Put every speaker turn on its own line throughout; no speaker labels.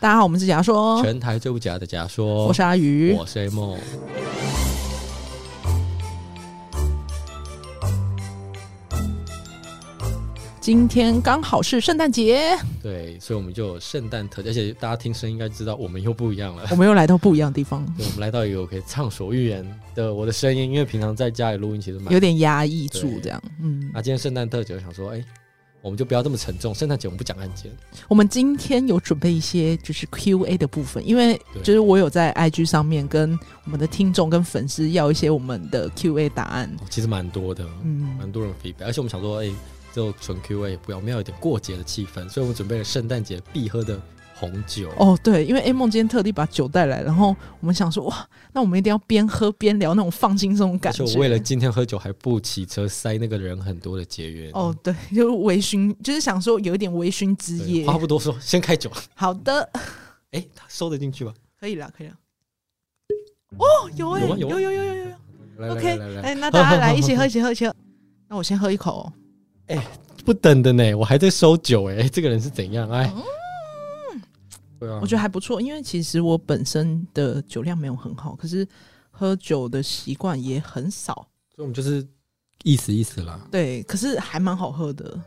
大家好，我们是假说，
全台最不假的假说，
哦我是阿鱼，
我是 A 梦。
今天刚好是圣诞 节，
对，所以我们就有圣诞特，而且大家听声音应该知道，我们又不一样 了。
我们又来到不一样的地 方，
对我们来到一个我可以畅所欲言的我的声音，因为平常在家里录音其实蛮……啊
有点压抑住这样。嗯，
那今天圣诞特辑，我想说，哎、我们就不要这么沉重。圣诞节我们不讲案件，
我们今天有准备一些就是 Q&A 的部分，因为
对
就是我有在 IG 上面跟我们的听众跟粉丝要一些我们的 Q&A 答案。
哦其实蛮多的，蛮
嗯，
多人 feedback。而且我们想说，哎、就纯 Q&A 也不要，我们要有点过节的气氛，所以我们准备了圣诞节必喝的红酒。
哦，对，因为 A 梦今天特地把酒带来，然后我们想说，哇，那我们一定要边喝边聊那种放轻松的
而
感
且
觉。
我为了今天喝酒还不骑车，塞那个人很多的节约。
哦，对，就是微醺，就是想说有一点微醺之
对，
夜。
话不多说，先开酒。
好的，
哎、他收得进去吧？
可以了，可以了。哦，有哎、
有啊
有
有啊
有有有有有。
来
OK，
来来来
哎、
来，
那大家来 一起喝，一起喝，一起喝。那我先喝一口、哦。
不等的呢，我还在收酒哎、这个人是怎样？哎，对啊，
嗯我觉得还不错，因为其实我本身的酒量没有很好，可是喝酒的习惯也很少。
所以我们就是意思意思啦。
对，可是还蛮好喝的。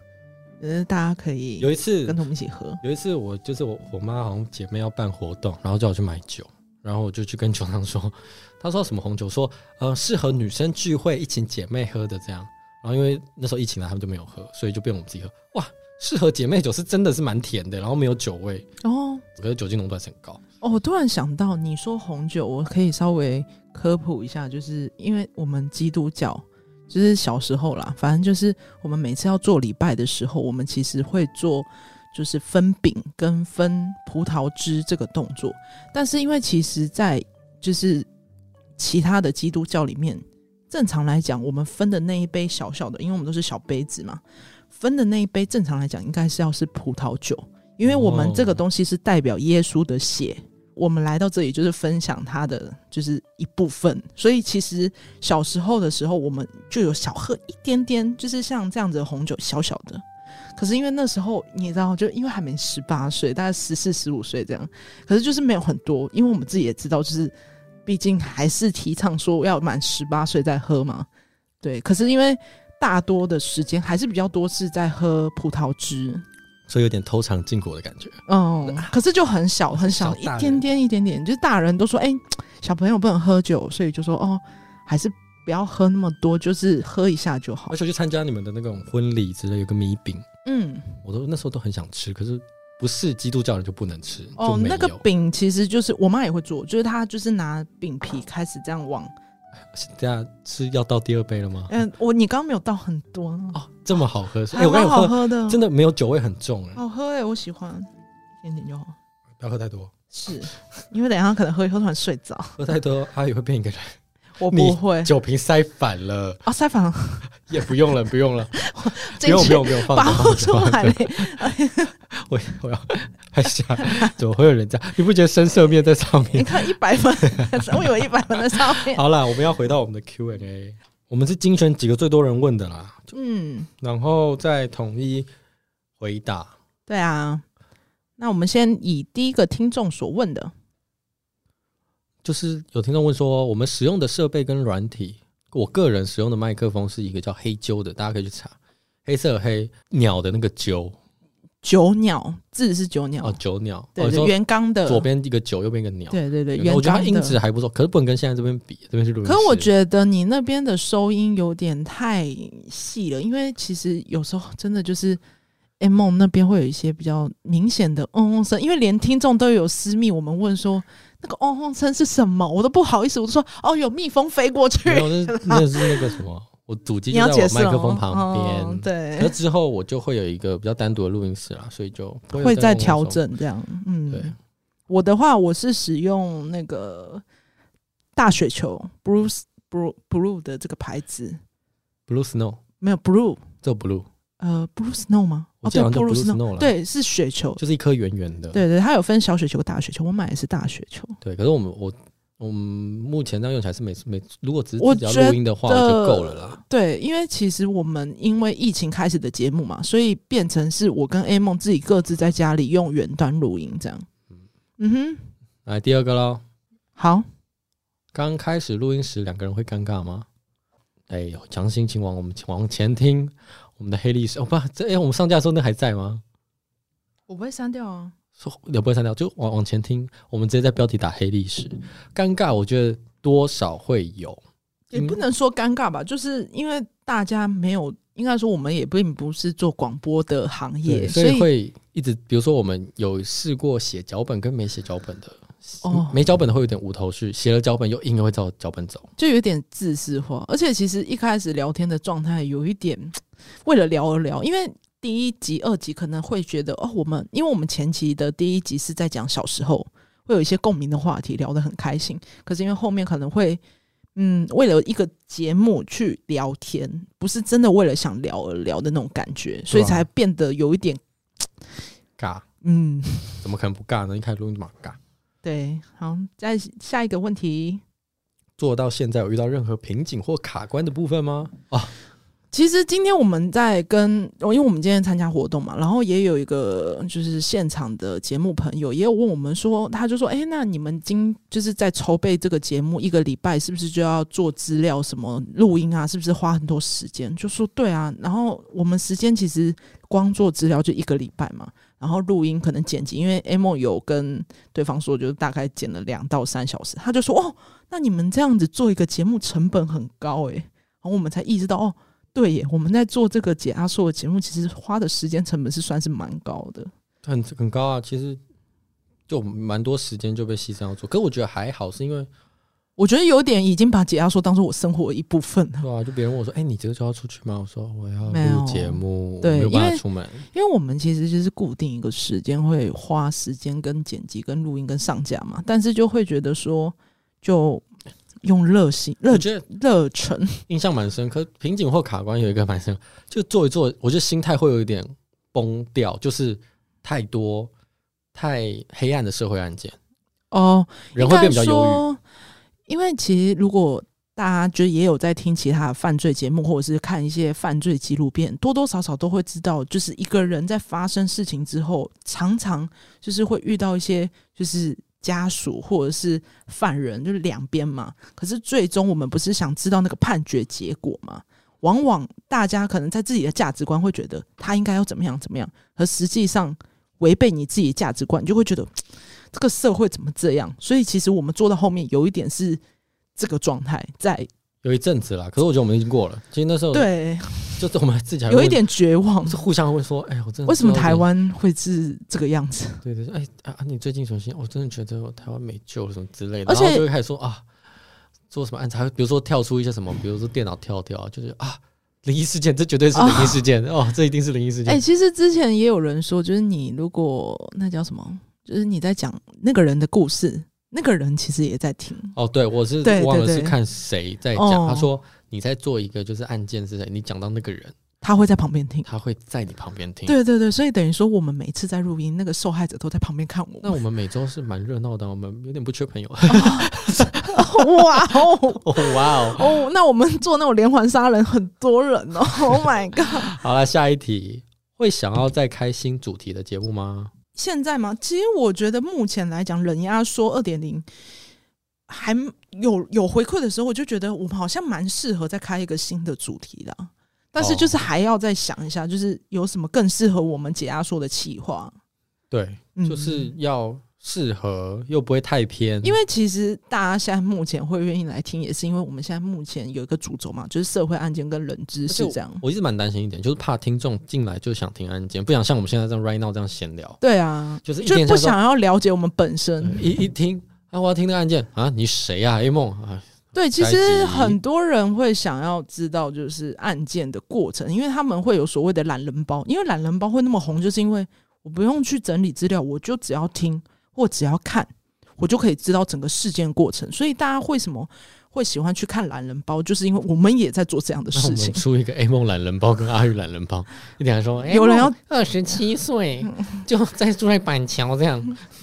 呃，大家可以
有一次
跟，我们一起喝。
有一次我就是我我妈好像姐妹要办活动，然后叫我去买酒，然后我就去跟酒商说， 她说什么红酒，说呃适合女生聚会一起姐妹喝的这样。然后因为那时候疫情了，他们就没有喝，所以就变我们自己喝。哇，适合姐妹酒是真的是蛮甜的，然后没有酒味，
哦
可是酒精浓度还是很高。
哦，我突然想到，你说红酒，我可以稍微科普一下，就是因为我们基督教，就是小时候啦，反正就是我们每次要做礼拜的时候，我们其实会做就是分饼跟分葡萄汁这个动作，但是因为其实，在就是其他的基督教里面，正常来讲，我们分的那一杯小小的，因为我们都是小杯子嘛，分的那一杯正常来讲应该是要是葡萄酒，因为我们
哦
这个东西是代表耶稣的血。我们来到这里就是分享他的就是一部分，所以其实小时候的时候，我们就有小喝一点点，就是像这样子的红酒，小小的。可是因为那时候你也知道，就因为还没十八岁，大概十四、十五岁这样，可是就是没有很多，因为我们自己也知道，就是毕竟还是提倡说要满十八岁再喝嘛。对，可是因为大多的时间还是比较多是在喝葡萄汁，
所以有点偷尝禁果的感觉。
嗯，可是就很小很小，
啊小
一
大人
点点一点点，就是大人都说，哎、小朋友不能喝酒，所以就说哦，还是不要喝那么多，就是喝一下就好
而。且我去参加你们的那种婚礼之类，有个米饼，
嗯，
我都那时候都很想吃，可是不是基督教人就不能吃，就
哦，
没
那
有。
个饼其实就是我妈也会做，就是她就是拿饼皮开始这样往，
等下是要到第二杯了吗？
嗯、我你刚刚没有倒很多呢，
哦，这么好喝，是哎、
还
我跟
蛮
你
好
喝，
喝的，
真的没有酒味很重哎、
好喝哎、我喜欢，一点点就好。
不要喝太多，
是因为等一下可能喝一喝突然睡着，
喝太多阿宇会变一个人，
我
你
不会。
酒瓶塞反了，
啊，塞反了，
也不用了，不用 了，不
这一
用不
切
用不用，放着
拔不出来嘞，
我我要拍下，怎么会有人这样？你不觉得深色面在上面
你？看一百分，我有一百分在上面。
好啦，我们要回到我们的 Q&A，我们是精选几个最多人问的啦，
嗯，
然后再统一回答。
对啊。那我们先以第一个听众所问的，
就是有听众问说，我们使用的设备跟软体，我个人使用的麦克风是一个叫黑鸠的，大家可以去查，黑色的黑鸟的那个鸠
九鸟字是九鸟，
哦，九鸟，
对
哦你
对，
说
原缸的
左，边一个九，右边一个鸟。
对对对，
有
原
我觉得它
缸
音
的。
质还不错，可是不能跟现在这边比，这边是录音室。
可我觉得你那边的收音有点太细了，因为其实有时候真的就是。M 梦那边会有一些比较明显的嗡嗡声，因为连听众都有私密，我们问说那个嗡嗡声是什么，我都不好意思，我都说哦有蜜蜂飞过去
没，有，那是那是那个什么，我主机
你
就
要
在
解
我
释
麦克
哦
风旁边。
哦
可是
对，
之后我就会有一个比较单独的录音室啦，所以就不有
会
这
再
种
调
那种。
整这样。嗯，
对，
我的话我是使用那个大雪球 Bruce Blue Blue 的这个牌子，
Blue Snow
没有 Blue
这 Blue
呃 Blue Snow 吗？
我
哦
记
对
得好像叫
Blue
Blue
Snow，
Snow 啦
对是雪球，
就是一颗圆圆的。
对对，它有分小雪球、大雪球，我买的是大雪球。
对，可是我们我我们目前这样用起来是每次每如果只是
我
自己
觉
要录音的话
得
就够了啦。
对，因为其实我们因为疫情开始的节目嘛，所以变成是我跟 A 梦自己各自在家里用远端录音这样。嗯哼，
来第二个喽。
好，
刚开始录音时，两个人会尴尬吗？哎呦，强行请往我们往前听我们的黑历史。哦，不，这哎、我们上架的时候那还在吗？
我不会删掉啊。
说也不会删掉，就往往前听。我们直接在标题打黑历史，尴尬，我觉得多少会有。
也
嗯
不能说尴尬吧，就是因为大家没有，应该说我们也并不是做广播的行业，
对，所
所
以会一直，比如说我们有试过写脚本跟没写脚本的，
哦
没脚本的会有点无头绪，写了脚本又硬会照脚本走。
就有点自私化。而且其实一开始聊天的状态有一点为了聊而聊，因为第一集、二集可能会觉得哦，我们因为我们前期的第一集是在讲小时候，会有一些共鸣的话题，聊得很开心。可是因为后面可能会。嗯，为了一个节目去聊天，不是真的为了想聊而聊的那种感觉，所以
对啊
才变得有一点
尬，
嗯，
怎么可能不尬呢？一开始录音就马尬。
对，好，再下一个问题。
做到现在有遇到任何瓶颈或卡关的部分吗？啊，
其实今天我们在跟，哦因为我们今天参加活动嘛，然后也有一个就是现场的节目朋友也有问我们说，他就说，哎，那你们今就是在筹备这个节目一个礼拜，是不是就要做资料什么录音啊？是不是花很多时间？就说对啊，然后我们时间其实光做资料就一个礼拜嘛，然后录音可能剪辑，因为 M 有跟对方说，就是大概剪了两到三小时，他就说，哦，那你们这样子做一个节目成本很高诶、然后我们才意识到哦。对耶，我们在做这个解压缩的节目，其实花的时间成本是算是蛮高的。
很很高啊，其实就蛮多时间就被牺牲要做，可我觉得还好，是因为
我觉得有点已经把解压缩当做我生活的一部分了，
对啊，就别人问我说：“哎、你这个就要出去吗？”我说：“我要
没有
录节目，我
嗯对
没有办
因
法
为
出门。
因为我们其实就是固定一个时间会花时间跟剪辑、跟录音、跟上架嘛，但是就会觉得说，就用热心、”热
我觉得
热忱，
印象蛮深刻，瓶颈或卡关有一个蛮深，就做一做，我觉得心态会有一点崩掉，就是太多太黑暗的社会案件，
哦，
人会变比较忧郁。
郁。因为其实如果大家就也有在听其他的犯罪节目，或者是看一些犯罪纪录片，多多少少都会知道，就是一个人在发生事情之后，常常就是会遇到一些就是。家属或者是犯人，就是两边嘛。可是最终我们不是想知道那个判决结果嘛？往往大家可能在自己的价值观会觉得他应该要怎么样怎么样，而实际上违背你自己的价值观，你就会觉得这个社会怎么这样？所以其实我们做到后面有一点是这个状态在，
有一阵子啦，可是我觉得我们已经过了。其实那时候
对，
就是我们自己还
有一
问，
点绝望
不。呃是互相问说：“哎、我真的
为什么
不知道
台湾会是这个样子？
对对，对哎啊，啊你最近什么心？我真的觉得台湾没救了，什么之类的，
而
然后
且
就会开始说啊，做什么暗查，比如说跳出一些什么，比如说电脑跳掉，就是啊，灵异事件，这绝对是灵异事件哦这一定是灵异事
啊哎、
件。
其实之前也有人说，就是你如果那叫什么，就是你在讲那个人的故事，那个人其实也在听。
哦，对，我是
对对
忘了
对
是看谁在
哦
讲，他说你在做一个就是案件是谁，你讲到那个人，
他会在旁边听。
他会在你旁边听。
对对对，所以等于说我们每次在录音，那个受害者都在旁边看我
那
们。
我们每周是蛮热闹的，我们有点不缺朋友。
哇哦
哦哇哦，
哦，那我们做那种连环杀人，很多人 哦。Oh my god！
好了，下一题，会想要再开新主题的节目吗？
现在吗？其实我觉得目前来讲，冷压缩二点零还有有回馈的时候，我就觉得我们好像蛮适合再开一个新的主题的啊。但是
哦
就是还要再想一下，就是有什么更适合我们解压缩的企划。
对，
嗯
就是要适合又不会太偏，
因为其实大家现在目前会愿意来听，也是因为我们现在目前有一个主轴嘛，就是社会案件跟冷知识这样。
我一直蛮担心一点，就是怕听众进来就想听案件，不想像我们现在这样 right now 这样闲聊，
对啊，
就是一
就
点
不
像说
想要了解我们本身。
对一一听啊，我要听那个案件啊，你谁啊？A 梦啊，
对，其
下一集
实很多人会想要知道就是案件的过程，因为他们会有所谓的懒人包，因为懒人包会那么红，就是因为我不用去整理资料，我就只要听或只要看，我就可以知道整个事件过程。所以大家为什么会喜欢去看懒人包，就是因为我们也在做这样的
那我
事
们
情。
出一个 A 梦懒人包跟阿玉懒人包， 一点还说哎
有人要
二十七岁就在住在板桥这样，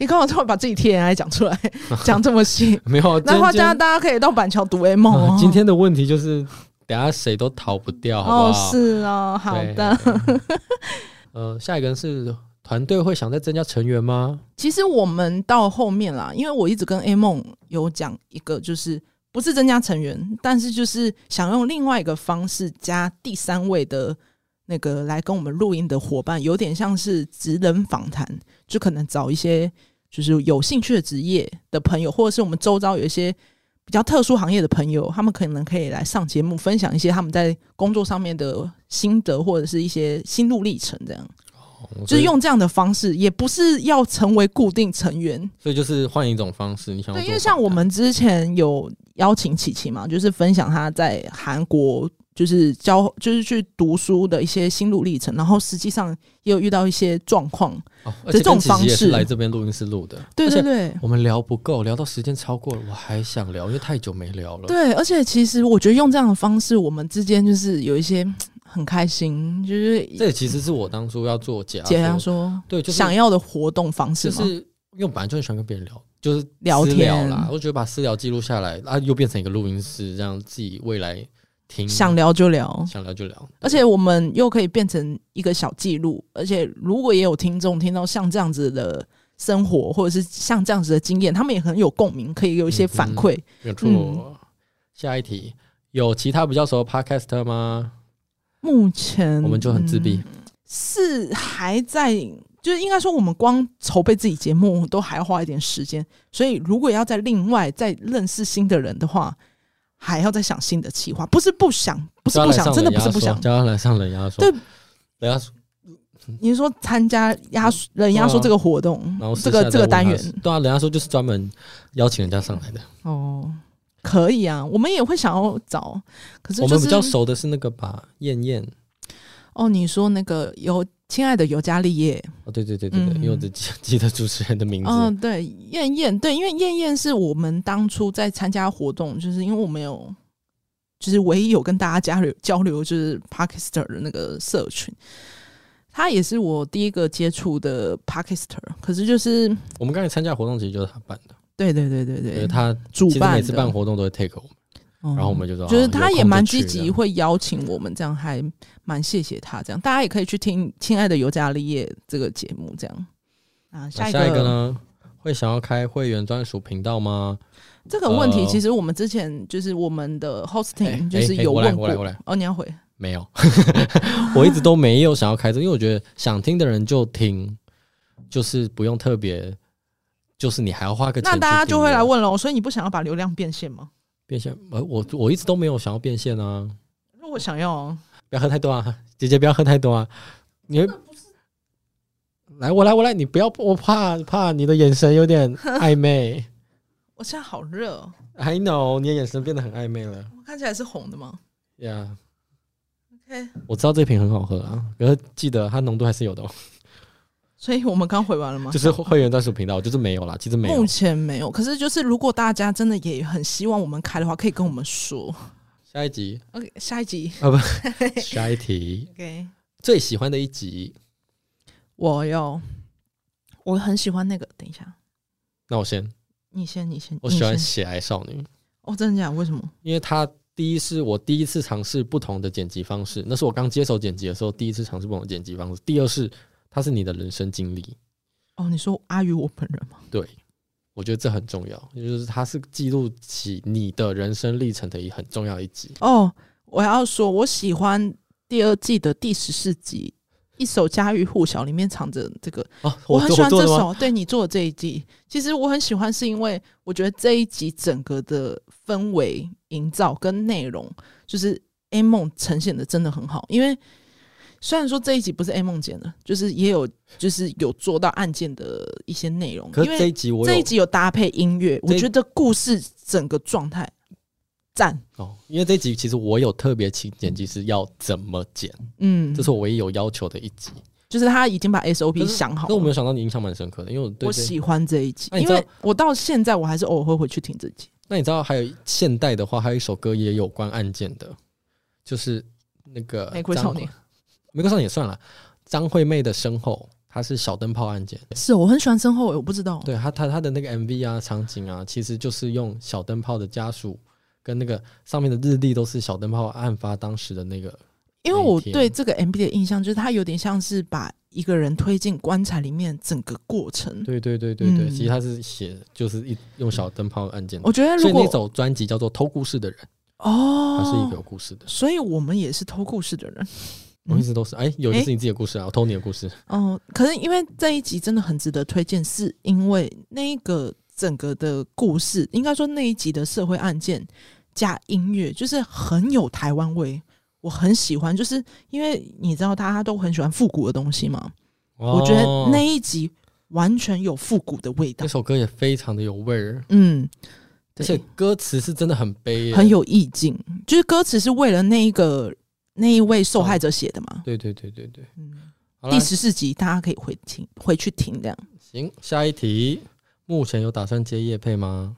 你刚好突然把自己 T N I 讲出来，讲这么细，
没有啊，
那话
今
家
天
大家可以到板桥读 A 梦哦
啊。 今天的问题就是，等下谁都逃不掉，好不
哦
好？
是哦，好的。
对。呃，下一个人是团队会想再增加成员吗？
其实我们到后面啦，因为我一直跟 A 梦有讲一个，就是不是增加成员，但是就是想用另外一个方式加第三位的那个来跟我们录音的伙伴，有点像是职人访谈，就可能找一些就是有兴趣的职业的朋友，或者是我们周遭有一些比较特殊行业的朋友，他们可能可以来上节目分享一些他们在工作上面的心得或者是一些心路历程，这样。
哦
就是，用这样的方式，也不是要成为固定成员。
所以所以就是换一种方式，你想要
对，
做
因为像我
访谈
们之前有邀请琪琪嘛，就是分享她在韩国就是教就是去读书的一些心路历程，然后实际上也有遇到一些状况。
哦，而且
这种
跟琪琪
方
也是
式
来这边录音室录的，
对
而且嗯
对对
我们聊不够，聊到时间超过了，我还想聊，因为太久没聊了。
对，而且其实我觉得用这样的方式，我们之间就是有一些嗯很开心，就是
这也其实是我当初要做解
解
压
压
缩
说
对，就是
想要的活动方式
就
嘛。
是因为我本来就很喜欢跟别人聊，就是私
聊天
啦。我觉得把私聊记录下来，啊，又变成一个录音室，让自己未来听
想聊就聊，
想聊就聊。
而且我们又可以变成一个小记录，而且如果也有听众听到像这样子的生活，或者是像这样子的经验，他们也很有共鸣，可以有一些反馈。
没有错。
嗯
下一题，有其他比较熟的 podcast 吗？
目前
我们就很自闭
嗯，是还在，就是应该说我们光筹备自己节目都还要花一点时间，所以如果要再另外再认识新的人的话，还要再想新的企划，不是不想，不是
叫他
不
来
想，
上
真的
冷
不
压
是不
缩
想。
叫他来上冷压缩。
对，
冷压缩。
你是说参加压缩人压缩这个活动，
啊然后私
这个
下
这个
再问
单
他
元
是，对啊，冷压缩就是专门邀请人家上来的。
哦，可以啊，我们也会想要找，可是、
我
就是、
们比较熟的是那个吧，燕燕。
哦。你说那个有亲爱的尤加利叶，
哦，对对对对对，
嗯
因为我只记 记得主持人的名字。
嗯、对，燕燕，对，因为燕燕是我们当初在参加活动，就是因为我们有。就是唯一有跟大家交流交流，就是 Parkister 的那个社群，他也是我第一个接触的 Parkister。可是就是，
我们刚才参加活动其实就是他办的，
对对对对
因为
对，
他
主
其实
办
每次
的
办活动都会 take 我们，
嗯
然后我们就说，
就是
啊
他
有
也
空
蛮
就去
积极，
这样
会邀请我们，这样还蛮谢谢他。这样大家也可以去听《亲爱的尤加利叶》这个节目，这样啊。
那
下一个
下一个呢？会想要开会员专属频道吗？
这个问题
呃
其实我们之前就是我们的
哎
hosting 就是
哎哎
有
我来
问
我
过
来我来
哦，你要回
没有， 我一直都没有想要开这个，因为我觉得想听的人就听，就是不用特别，就是你还要花个钱
那
去
大家就
订
会
阅
来问了，所以你不想要把流量变现吗？
变现。呃，我我一直都没有想要变现啊，
那我想要哦
不要喝太多啊，姐姐不要喝太多啊，你会。来，我来，我来，你不要，我怕怕你的眼神有点 暧昧。
我现在好热哦，
I know，你的眼神变得很暧昧了。
我看起来是红的吗
Yeah，
？OK，
我知道这瓶很好喝啊，可是记得它浓度还是 有的、哦，
所以我们刚回完了吗？
就是会员专属频道，就是没有啦，其实没有
目。前没有，可是就是如果大家真的也很希望我们开的话，可以跟我们说。
下一集，
OK，下一集
下一题，
OK。
最喜欢的一集，
我有，我很喜欢那个。等一下，
那我先，
你先，你先，
我
你
喜欢《
先
血癌少女》，
哦，真的假的？为什么？
因为它第一是我第一次尝试不同的剪辑方式，那是我刚接手剪辑的时候第一次尝试不同的剪辑方式。第二是它是你的人生经历，
哦，你说阿宇我本人吗？
对我觉得这很重要，就是它是记录起你的人生历程的一很重要一集。
哦，我要说，我喜欢第二季的第十四集。一首《家喻户晓》里面藏着这个，
哦，
我很喜欢
做
这
的吗？
首。对你做的这一季，其实我很喜欢，是因为我觉得这一集整个的氛围营造跟内容，就是 A 梦呈现的真的很好。因为虽然说这一集不是 A 梦剪的，就是也有就是有做到案件的一些内容，
可
因
是这
为
一集我有
这一集有搭配音乐，我
这一
觉得故事整个状态赞。
哦，因为这一集其实我有特别请剪辑师要怎么剪，
嗯，
这是我唯一有要求的一集。
就是他已经把
可
SOP
是
想好
那我没
了。
有想到你印象蛮深刻的，因为我对
我
这
喜欢这一集，
那你
因
知道
为我到现在我还是偶尔会回去听这集。
那你知道还有现代的话，还有一首歌也有关案件的，就是那个
玫瑰
张
少年，
玫瑰少年也算了，张惠妹的身后，她是小灯泡案件，
是我很喜欢身后，我不知道。
对她她她的那个 MV 啊场景啊，其实就是用小灯泡的家属跟那个上面的日历都是小灯泡案发当时的那个。
因为我
每天
对这个 MBA 的印象就是，它有点像是把一个人推进棺材里面整个过程。
对对对对对，
嗯
其实他是写就是一用小灯泡按键，
我觉得如
所以那
果
首专辑叫做《偷故事的人》，
哦，
他是一个有故事的。
所以我们也是偷故事的人。
我一直都是，哎、有
哎
一次你自己的故事啊，我偷你的故事，
哦，可是因为这一集真的很值得推荐，是因为那个整个的故事，应该说那一集的社会案件加音乐，就是很有台湾味，我很喜欢。就是因为你知道大家都很喜欢复古的东西嘛，我觉
哦
得那一集完全有复古的味道
那。首歌也非常的有味儿，
嗯，
而且
对，
歌词是真的很悲耶，
很有意境，就是歌词是为了那一个那一位受害者写的嘛。
对对对对对。
嗯，
哦好
第
了，
十四集大家可以回听，回去听这样。
行，下一题，目前有打算接叶配吗？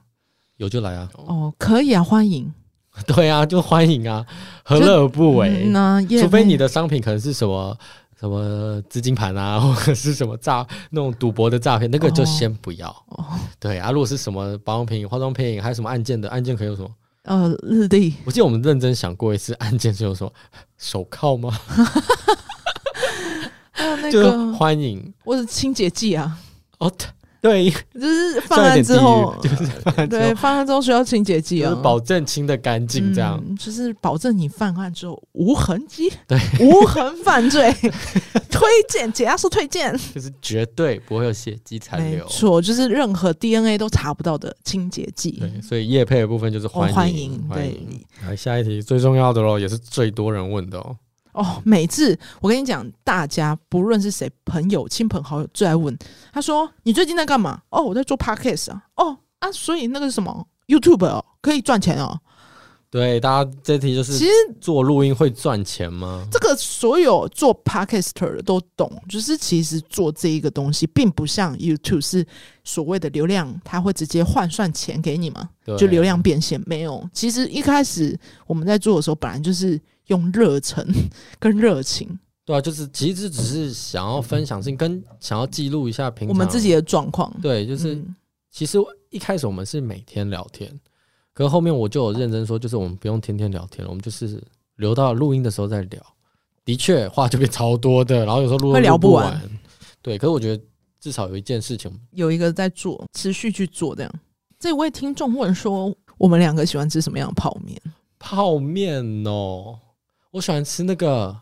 有就来啊，
哦，可以啊，欢迎。
对啊，就欢迎啊，何乐而不为？
嗯那叶
除非
佩
你的商品可能是什么什么资金盘啊，或者是什么诈那种赌博的诈骗，那个就
哦
先不要。
哦
对啊，如果是什么保养品、化妆品，还有什么按键的按键，可以有什么？
呃日历，
我记得我们认真想过一次，按键是有什么手铐吗？
还有那
就是
个
欢迎
我的清洁剂啊，
哦，对，
就是放
算有
完
点
之后，
地狱就是放完之后
对，放完之后需要清洁剂
就
啊
是，保证清的干净这样。
嗯就是保证你犯案之后无痕迹， 对，无痕犯罪，推荐，解压是推荐。
就是绝对不会有血迹残
没
留。
错，就是任何 DNA 都查不到的清洁剂。
对，所以叶配的部分就是
哦，
欢迎，
欢迎，
欢迎
对，
来下一题最重要的喽，也是最多人问的哦。
哦，每次我跟你讲，大家不论是谁，朋友、亲朋好友最爱问，他说：“你最近在干嘛？”哦，我在做 podcast 啊。哦啊，所以那个是什么 YouTube 哦，可以赚钱哦。
对，大家这题就
其
是
实
做录音会赚钱吗？
这个所有做 podcaster 的都懂，就是其实做这一个东西，并不像 YouTube 是所谓的流量，它会直接换算钱给你嘛。
对，
就流量变现没有。其实一开始我们在做的时候，本来就是用热忱 跟热情，
对啊，就是其实只是想要分享性，跟想要记录一下平常
我们自己的状况，
对，就是、
嗯
其实一开始我们是每天聊天，可是后面我就有认真说，就是我们不用天天聊天了，我们就是留到录音的时候再聊。的确，话就变超多的，然后有时候录
会
都
聊
录不
不完
对，可是我觉得至少有一件事情，
有一个在做，持续去做这样。这位听众问说，我们两个喜欢吃什么样的泡面？
泡面哦，我喜欢吃那个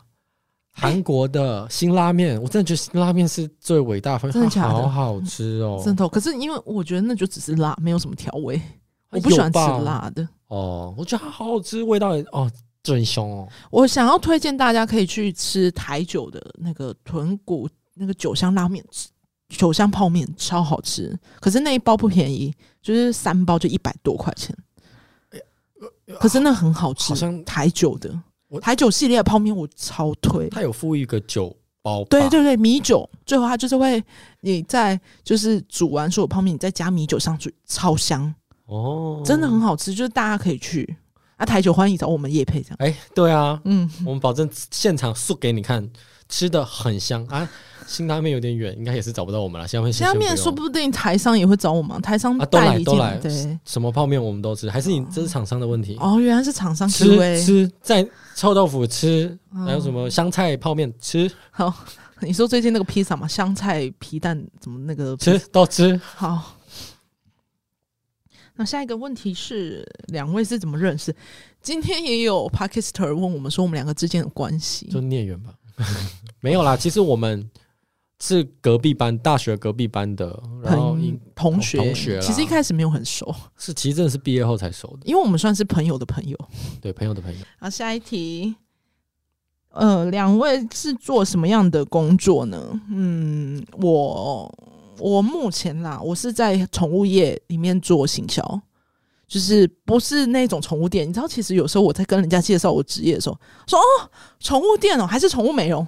韩国的辛拉面，我真的觉得辛拉面是最伟大的风，
真的
它
假的
好好吃哦，
真的哦，可是因为我觉得那就只是辣，没有什么调味，
哎
我不喜欢吃
有吧
辣的。
哦，我觉得它好好吃，味道也哦真香哦，
我想要推荐大家可以去吃台酒的那个豚骨那个酒香拉面，酒香泡面超好吃，可是那一包不便宜，就是三包就一百多块钱。可是那很好吃，
哎呃好像
台酒的
我
台酒系列的泡面我超推。
它有附一个酒包吧，
对对对，米酒最后它就是会，你在就是煮完所有泡面，你再加米酒上去，超香，
哦，
真的很好吃，就是大家可以去啊台酒欢迎找我们叶配这样，
哎，对啊，
嗯，
我们保证现场送给你看，吃的很香啊。辛拉面有点远，应该也是找不到我们了。辛拉面先
下面
先
说
不用
不定台商也会找我们啊，台商
啊都来
代理进
都来
对。
什么泡面我们都吃，还是你这是厂商的问题？
哦，原来是厂商
吃
QA。
吃在臭豆腐吃，
嗯
还有什么香菜泡面吃
好， 你说最近那个披萨嘛，香菜皮蛋怎么那个
吃都吃。
好。那下一个问题是，两位是怎么认识？今天也有 Parkister 问我们说我们两个之间的关系。
就孽缘吧。 没有啦，其实我们是隔壁班，大学隔壁班的，然后
朋
因
同学，
同学啦
其实一开始没有很熟，
是其实真的是毕业后才熟的，
因为我们算是朋友的朋友。
对朋友的朋友。
好，下一题。呃，两位是做什么样的工作呢？嗯，我我目前啦，我是在宠物业里面做行销，就是不是那种宠物店。你知道，其实有时候我在跟人家介绍我职业的时候，说哦，宠物店哦，还是宠物美容、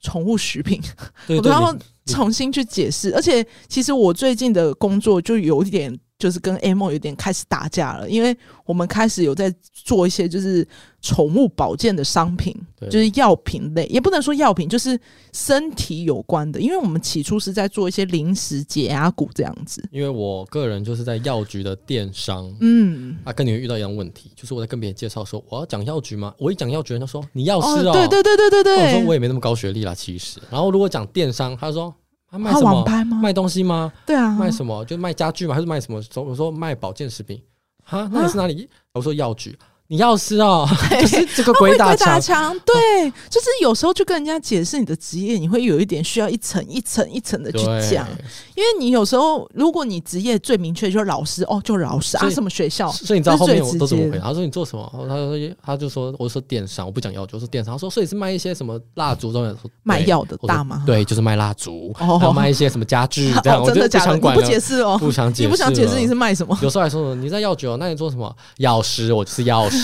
宠物食品，
对
我都
对，
要
你
重新去解释。而且，其实我最近的工作就有一点就是跟 A 梦有点开始打架了，因为我们开始有在做一些就是宠物保健的商品，
对
就是药品类，也不能说药品，就是身体有关的，因为我们起初是在做一些零食解压骨这样子，
因为我个人就是在药局的电商，
嗯，
啊，跟你们遇到一样问题，就是我在跟别人介绍说我要讲药局吗？我一讲药局，人家说你药师哦，
对对对对对
那
对，
我说我也没那么高学历啦，其实。然后如果讲电商，他说他卖
他
什
网
么？
拍吗？
卖东西吗？
对啊，
卖什么？就卖家具吗？还是卖什么？我说卖保健食品。哈，那你是哪里？我说药局。你药师哦，就是这个鬼打
鬼打
墙。
墙，对，就是有时候就跟人家解释你的职业，你会有一点需要一层一层一层的 去
对
讲，因为你有时候如果你职业最明确就是老师，哦，就是老师啊，
所以
什么学校，
所以你知道后面我都
这是最
怎么回
直接的
答？他说你做什么？然后他说他就说我说电商，我不讲药局，我说电商。他说所以是卖一些什么蜡烛这种的？我说
卖药的
我说
大麻，
对，就是卖蜡烛，
哦
还有卖一些什么家具
哦，
这样，我
真
就
的
不
假的？
想
你
管
不
了，
解释哦，
不想解释，
你不想解释你是。卖 什么？
有时候还说你在药局哦，那你做什么？药师，我是药 师，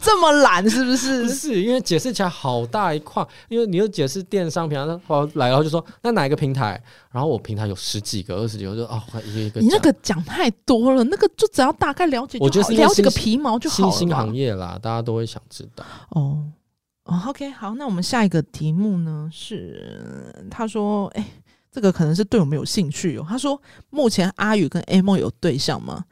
这么懒是不
不
是？
是因为解释起来好大一块，因为你又解释电商平台，后来然后就说那哪一个平台？然后我平台有十几个、二十几个，我就啊、我一个一个
你那
讲。
个讲太多了，那个就只要大概了解就
我觉得
好，
是因为
了解个
新
皮毛就好
新
了吧。
兴行业啦，大家都会想知道。
哦。哦，OK，好，那我们下一个题目呢是，他说，哎、这个可能是对我们有兴趣哦。他说，目前阿宇跟 A 梦有对象吗？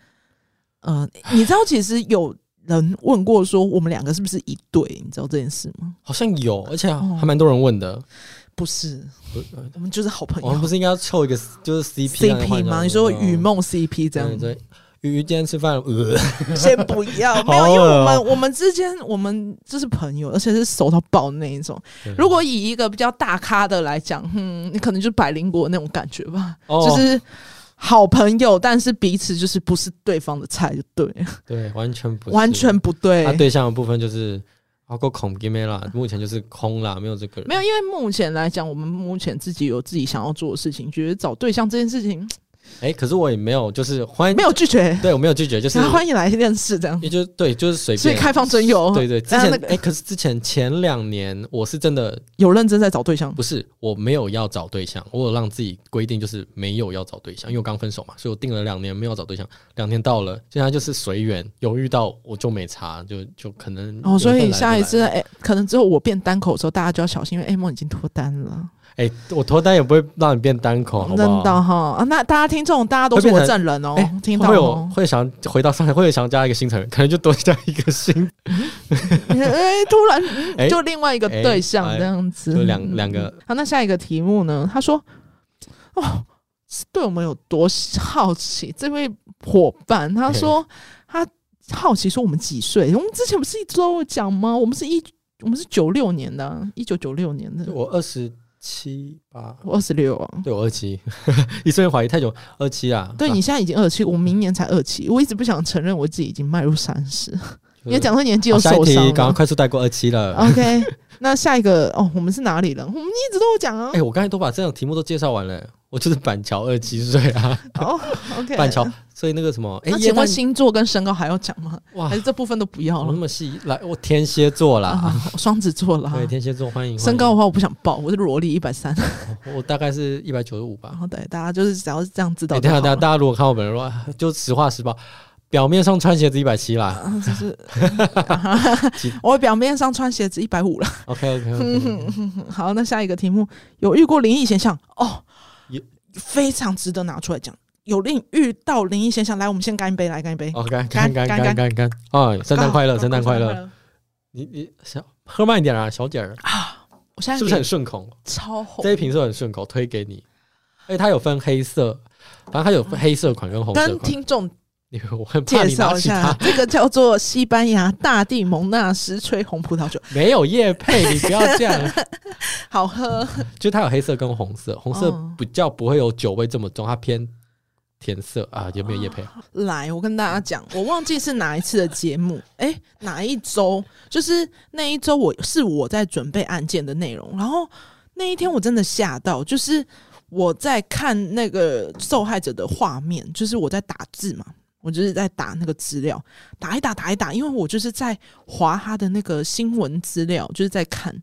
呃，你知道其实有人问过说我们两个是不是一对，你知道这件事吗？
好像有，而且
哦
还蛮多人问的。
不是，
我呃
我们就是好朋
我们不
友。
是应该要凑一个就是 CP 来换
CP 吗？
吗
你说雨梦 CP 这
对
样子，
对，鱼鱼今天吃饭了，呃，
先不 要，没
好
有，因为我
恶哦
们我们之间我们就是朋友，而且是熟到爆那一种。如果以一个比较大咖的来讲，嗯，你可能就是百灵果那种感觉吧，
哦
就是好朋友，但是彼此就是不是对方的菜，就对了，
对，完全不是
完全不对。
他对象的部分就是包括恐给没啦，目前就是空啦，没有这个人。
没有，因为目前来讲，我们目前自己有自己想要做的事情，觉得找对象这件事情
哎、可是我也没有，就是欢
没有拒绝，
对我没有拒绝，就是
欢迎来认识这样，
也就对，就是随便。
所以开放真有，
对对，之
那
前哎、
那个
诶可是之前前两年我是真的
有认真在找对象。
不是，我没有要找对象，我有让自己规定就是没有要找对象，因为我刚分手嘛，所以我定了两年没有找对象，两年到了，现在就是随缘，有遇到我就没查，就就可能
哦，所
有份
以
来
下
就
一
来
次，哎、可能之后我变单口的时候，大家就要小心，因为 A 梦已经脱单了，
哎、我脱单也不会让你变单口，好
真
不好？
的哈啊！那大家听众，大家都
会
是
变
我
成
证人哦，
哎
听
会
到
不会有
哦，
会想回到上海，会有想加一个新成员，可能就多加一个新，
哎、突然、嗯
哎
就另外一个对象
哎哎
这样子，
就两两个
好，那下一个题目呢？他说：“哦，是对我们有多好奇？这位伙伴他说他好奇说我们几岁？我们之前不是一直都有讲吗？我们是一我们是九六年的啊、一九九六年的，
我二十七吧，
我二十六啊。”
对我二七，一瞬间怀疑太久，二七啊，
对
啊
你现在已经二七，我明年才二七，我一直不想承认我自己已经迈入三十，因为讲到年纪又
好下一
受
题，
伤
刚刚
了。
快速带过二七了。
OK，那 下一个哦，我们是哪里人？我们一直都有讲啊
哎、。我刚才都把这样题目都介绍完了，我就是板桥二七岁啊，
哦，OK，
板桥，所以那个什么，哎、
那
耶
请
诞
问星座跟身高还要讲吗？
哇
还，是这部分都不要
我那
了？
么细，来，我天蝎座啦，
啊，双子座啦。
对，天蝎座欢迎。
身高的话，我不想报，我是萝莉一百三。
欢迎我大概是一百九十五吧
然。后对大家就是只要是这样知道
哎
就
等一
好
下等一下，
了。
大家如果看我本人的话，就实话实报，表面上穿鞋子一百七啦。
啊，就是 嗯 我表面上穿鞋子一百五了。
OK OK OK，
好，那下一个题目有遇过灵异现象哦
有，
非常值得拿出来讲。有令遇到灵异现象，来，我们先干一杯，来干一杯。
哦，干 干干
干
干干干！哎，圣诞快乐，圣诞快乐！！你你小喝慢一点啊，小姐儿，
我现在
是不是很
脸
顺口？
超红
这？一瓶是很顺口，推给你。而且它有分黑色，反正它有分黑色款跟红色
跟
款。
啊听众
你我很怕
介
你拿
绍一
起
下
它，，
这个叫做西班牙大地蒙纳斯吹红葡萄酒，
没有叶配，你不要 这样。
好喝。
就它有黑色跟红色，红色
哦
比较不会有酒味这么重，它偏甜色啊，也没有叶配。
哦来，我跟大家讲， 我忘记是哪一次的节目， 哎、哪一周？就是那一周我，是我在准备案件的内容，然后那一天我真的吓到，就是我在看那个受害者的画面，就是我在打字嘛，我就是在打那个资料，打一打打一打，因为我就是在划他的那个新闻资料，就是在看，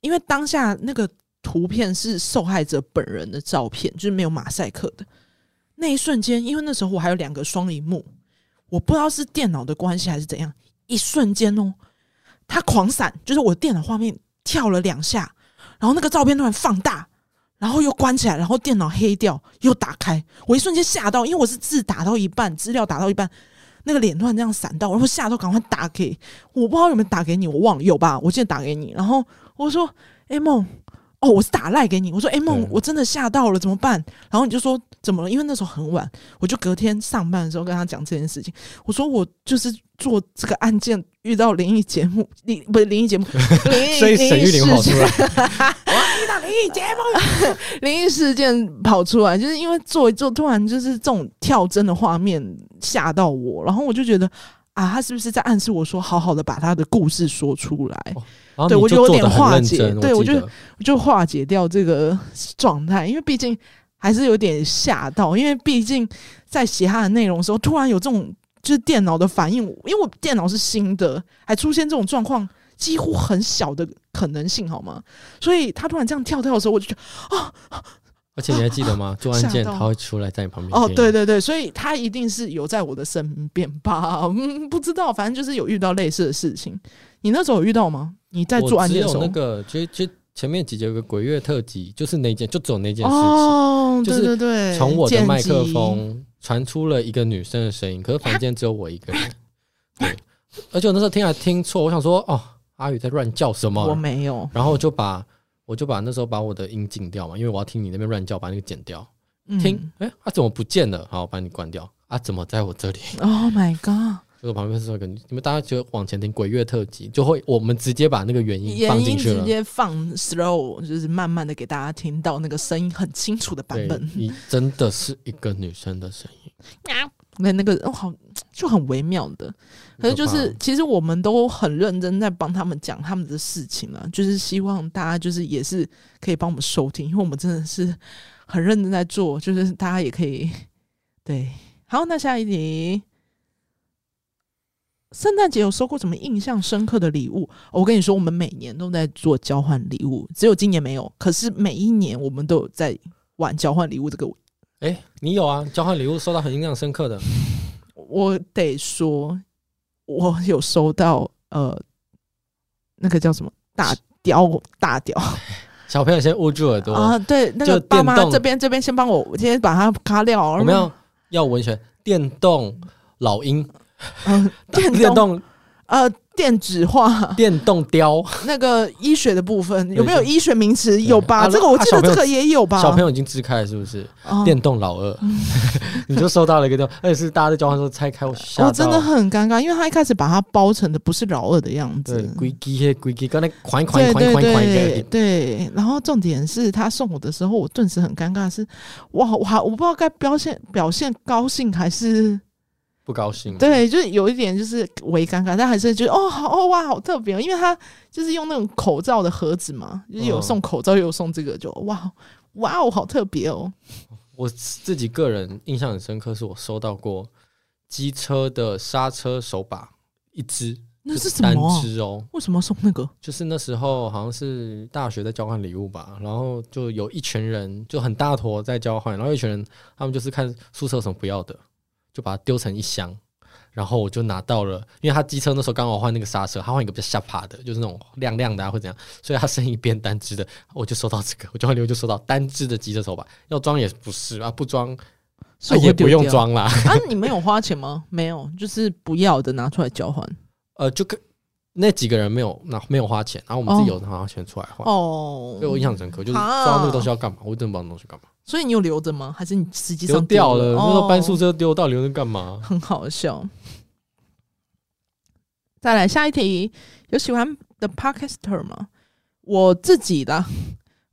因为当下那个图片是受害者本人的照片，就是没有马赛克的。那一瞬间，因为那时候我还有两个双荧幕，我不知道是电脑的关系还是怎样，一瞬间哦，它狂闪，就是我电脑画面跳了两下，然后那个照片突然放大，然后又关起来，然后电脑黑掉，又打开，我一瞬间吓到，因为我是字打到一半，资料打到一半。那个脸突然这样闪到，然后吓到，赶快打给我，不知道有没有打给你，我忘了有吧？我记得打给你，然后我说：“哎、梦，哦，我是打赖给你。”我说：“哎、梦
对，
我真的吓到了，怎么办？”然后你就说：“怎么了？”因为那时候很晚，我就隔天上班的时候跟他讲这件事情。我说：“我就是做这个案件遇到灵异节目，灵不是灵异 节目，灵异
所以沈玉
灵
玲
异
跑
事
出
件，
来，
灵异事件跑出来，就是因为做一做，突然就是这种跳针的画面吓到我，然后我就觉得啊，他是不是在暗示我说，好好的把他的故事说出来，
然后
对
你
我
就
有
做
点
的很
化
认
解
真，
对我
记
就
得
就化解掉这个状态，因为毕竟还是有点吓到，因为毕竟在写他的内容的时候，突然有这种就是电脑的反应，因为我电脑是新的，还出现这种状况。几乎很小的可能性，好吗？所以他突然这样跳跳的时候，我就觉得。
而且你还记得吗？做案件
哦吓到
他会出来在你旁边
哦，
给你
对对对，所以他一定是有在我的身边吧？嗯，不知道，反正就是有遇到类似的事情。你那时候有遇到吗？你在做案件的时
我只
候，
有那个，就就前面几节有个鬼月特辑，就是那件，就只有那件事情。
哦，
就是
对对对，
从我的
见
麦克
机，
风传出了一个女生的声音，可 是房间只有我一个人。对，而且我那时候听还听错，我想说哦，阿宇在乱叫什
我
么？
没有，
然后我就把我就把那时候把我的音禁掉嘛，因为我要听你那边乱叫，把那个剪掉。
嗯、
听，哎、他、怎么不见了？好，我把你关掉。啊，怎么在我这里？
，Oh my god，
就是旁边是有个女，你们大家就往前听鬼月特辑，就会我们直接把那个原因放
原
进
因
去
直
了。
接放 slow，就是慢慢的给大家听到那个声音很清楚的版
对
本，
你真的是一个女生的声音，
那那个哦，好就很微妙的。可是就是，其实我们都很认真在帮他们讲他们的事情了，就是希望大家就是也是可以帮我们收听，因为我们真的是很认真在做，就是大家也可以对。好，那下一题，圣诞节有收过什么印象深刻的礼物？哦我跟你说，我们每年都在做交换礼物，只有今年没有。可是每一年我们都有在玩交换礼物这个
哎、你有啊？交换礼物收到很印象深刻的，
我得说，我有收到呃，那个叫什么大雕大雕
小朋友先捂住耳朵，
啊，对，那
就
个爸妈
电动
这边这边先帮我，我先把它卡掉。
我们要要文学电动老鹰，
嗯、电
电
动
动
呃电子化
电动雕，
那个医学的部分有没有
对
医学名词？有吧？
啊
这个我记
啊小
得
朋友
这个也有吧？
小朋友已经支开了，是不是？
哦
电动老二，你就收到了一个电动，而且是大家在交换的时候拆开，我吓到
我真的很尴尬，因为他一开始把它包成的不是老二的样
对
子，，
规矩嘿，规矩，刚才款款
对
款
对
款款
对
一个，
对，然后重点是他送我的时候，我顿时很尴尬是，哇，我还我不知道该表现表现高兴还
嗯
是
不高兴，，
对，就是有一点就是微尴尬，但还是觉得哦好哦哇好特别哦，因为他就是用那种口罩的盒子嘛，就是有
嗯
送口罩，又有送这个，就哇哇哦好特别哦，
我自己个人印象很深刻，是我收到过机车的刹车手把一只，
那是什
单
么啊？
只哦。
为什么送那个？
就是那时候好像是大学在交换礼物吧，然后就有一群人就很大坨在交换，然后有一群人他们就是看宿舍有什么不要的，就把它丢成一箱，然后我就拿到了，因为他机车那时候刚好换那个刹车，他换一个比较下趴的，就是那种亮亮的、啊、或怎样，所以他剩一边单只的，我就收到这个，我交换礼物就收到单只的机车手把，要装也不是啊，不装、
是
啊
我会
也不
丢
用
掉
装啦，
啊！你们有花钱吗？没有，就是不要的拿出来交换。
呃，就跟那几个人没有那没有花钱，然后我们自己有拿钱出来换。
哦，
所以我印象深刻，就是
啊
知道那个东西要干嘛，我真的不知道那东西干嘛，
所以你有留着吗？还是你实际
丢
上
掉了。
了？
那时候搬
哦
宿舍丢，到底留着干嘛？
很好笑。再来下一题，有喜欢的 podcaster 吗？我自己的，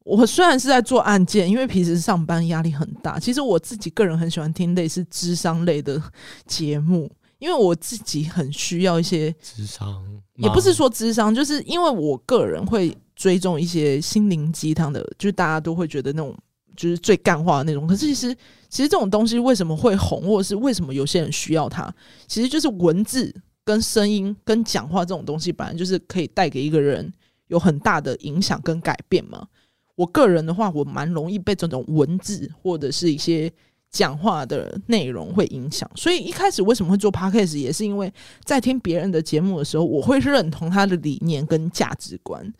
我虽然是在做案件，因为平时上班压力很大，其实我自己个人很喜欢听类似智商类的节目，因为我自己很需要一些
智商
也
吗
不是说智商，就是因为我个人会追踪一些心灵鸡汤的，就是大家都会觉得那种就是最干话的那种。可是其实其实这种东西为什么会红，或者是为什么有些人需要它，其实就是文字跟声音跟讲话这种东西，本来就是可以带给一个人有很大的影响跟改变嘛。我个人的话，我蛮容易被这种文字或者是一些讲话的内容会影响。所以一开始为什么会做 podcast，也是因为在听别人的节目的时候，我会认同他的理念跟价值观。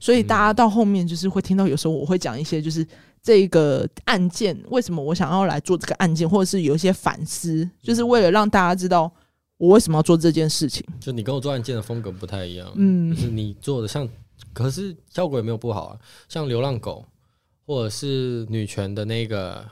所以大家到后面就是会听到，有时候我会讲一些就是这个案件为什么我想要来做这个案件，或者是有一些反思，就是为了让大家知道我为什么要做这件事情。
就你跟我做案件的风格不太一样，
嗯
就是你做的像，可是效果也没有不好啊，像流浪狗或者是女权的那个，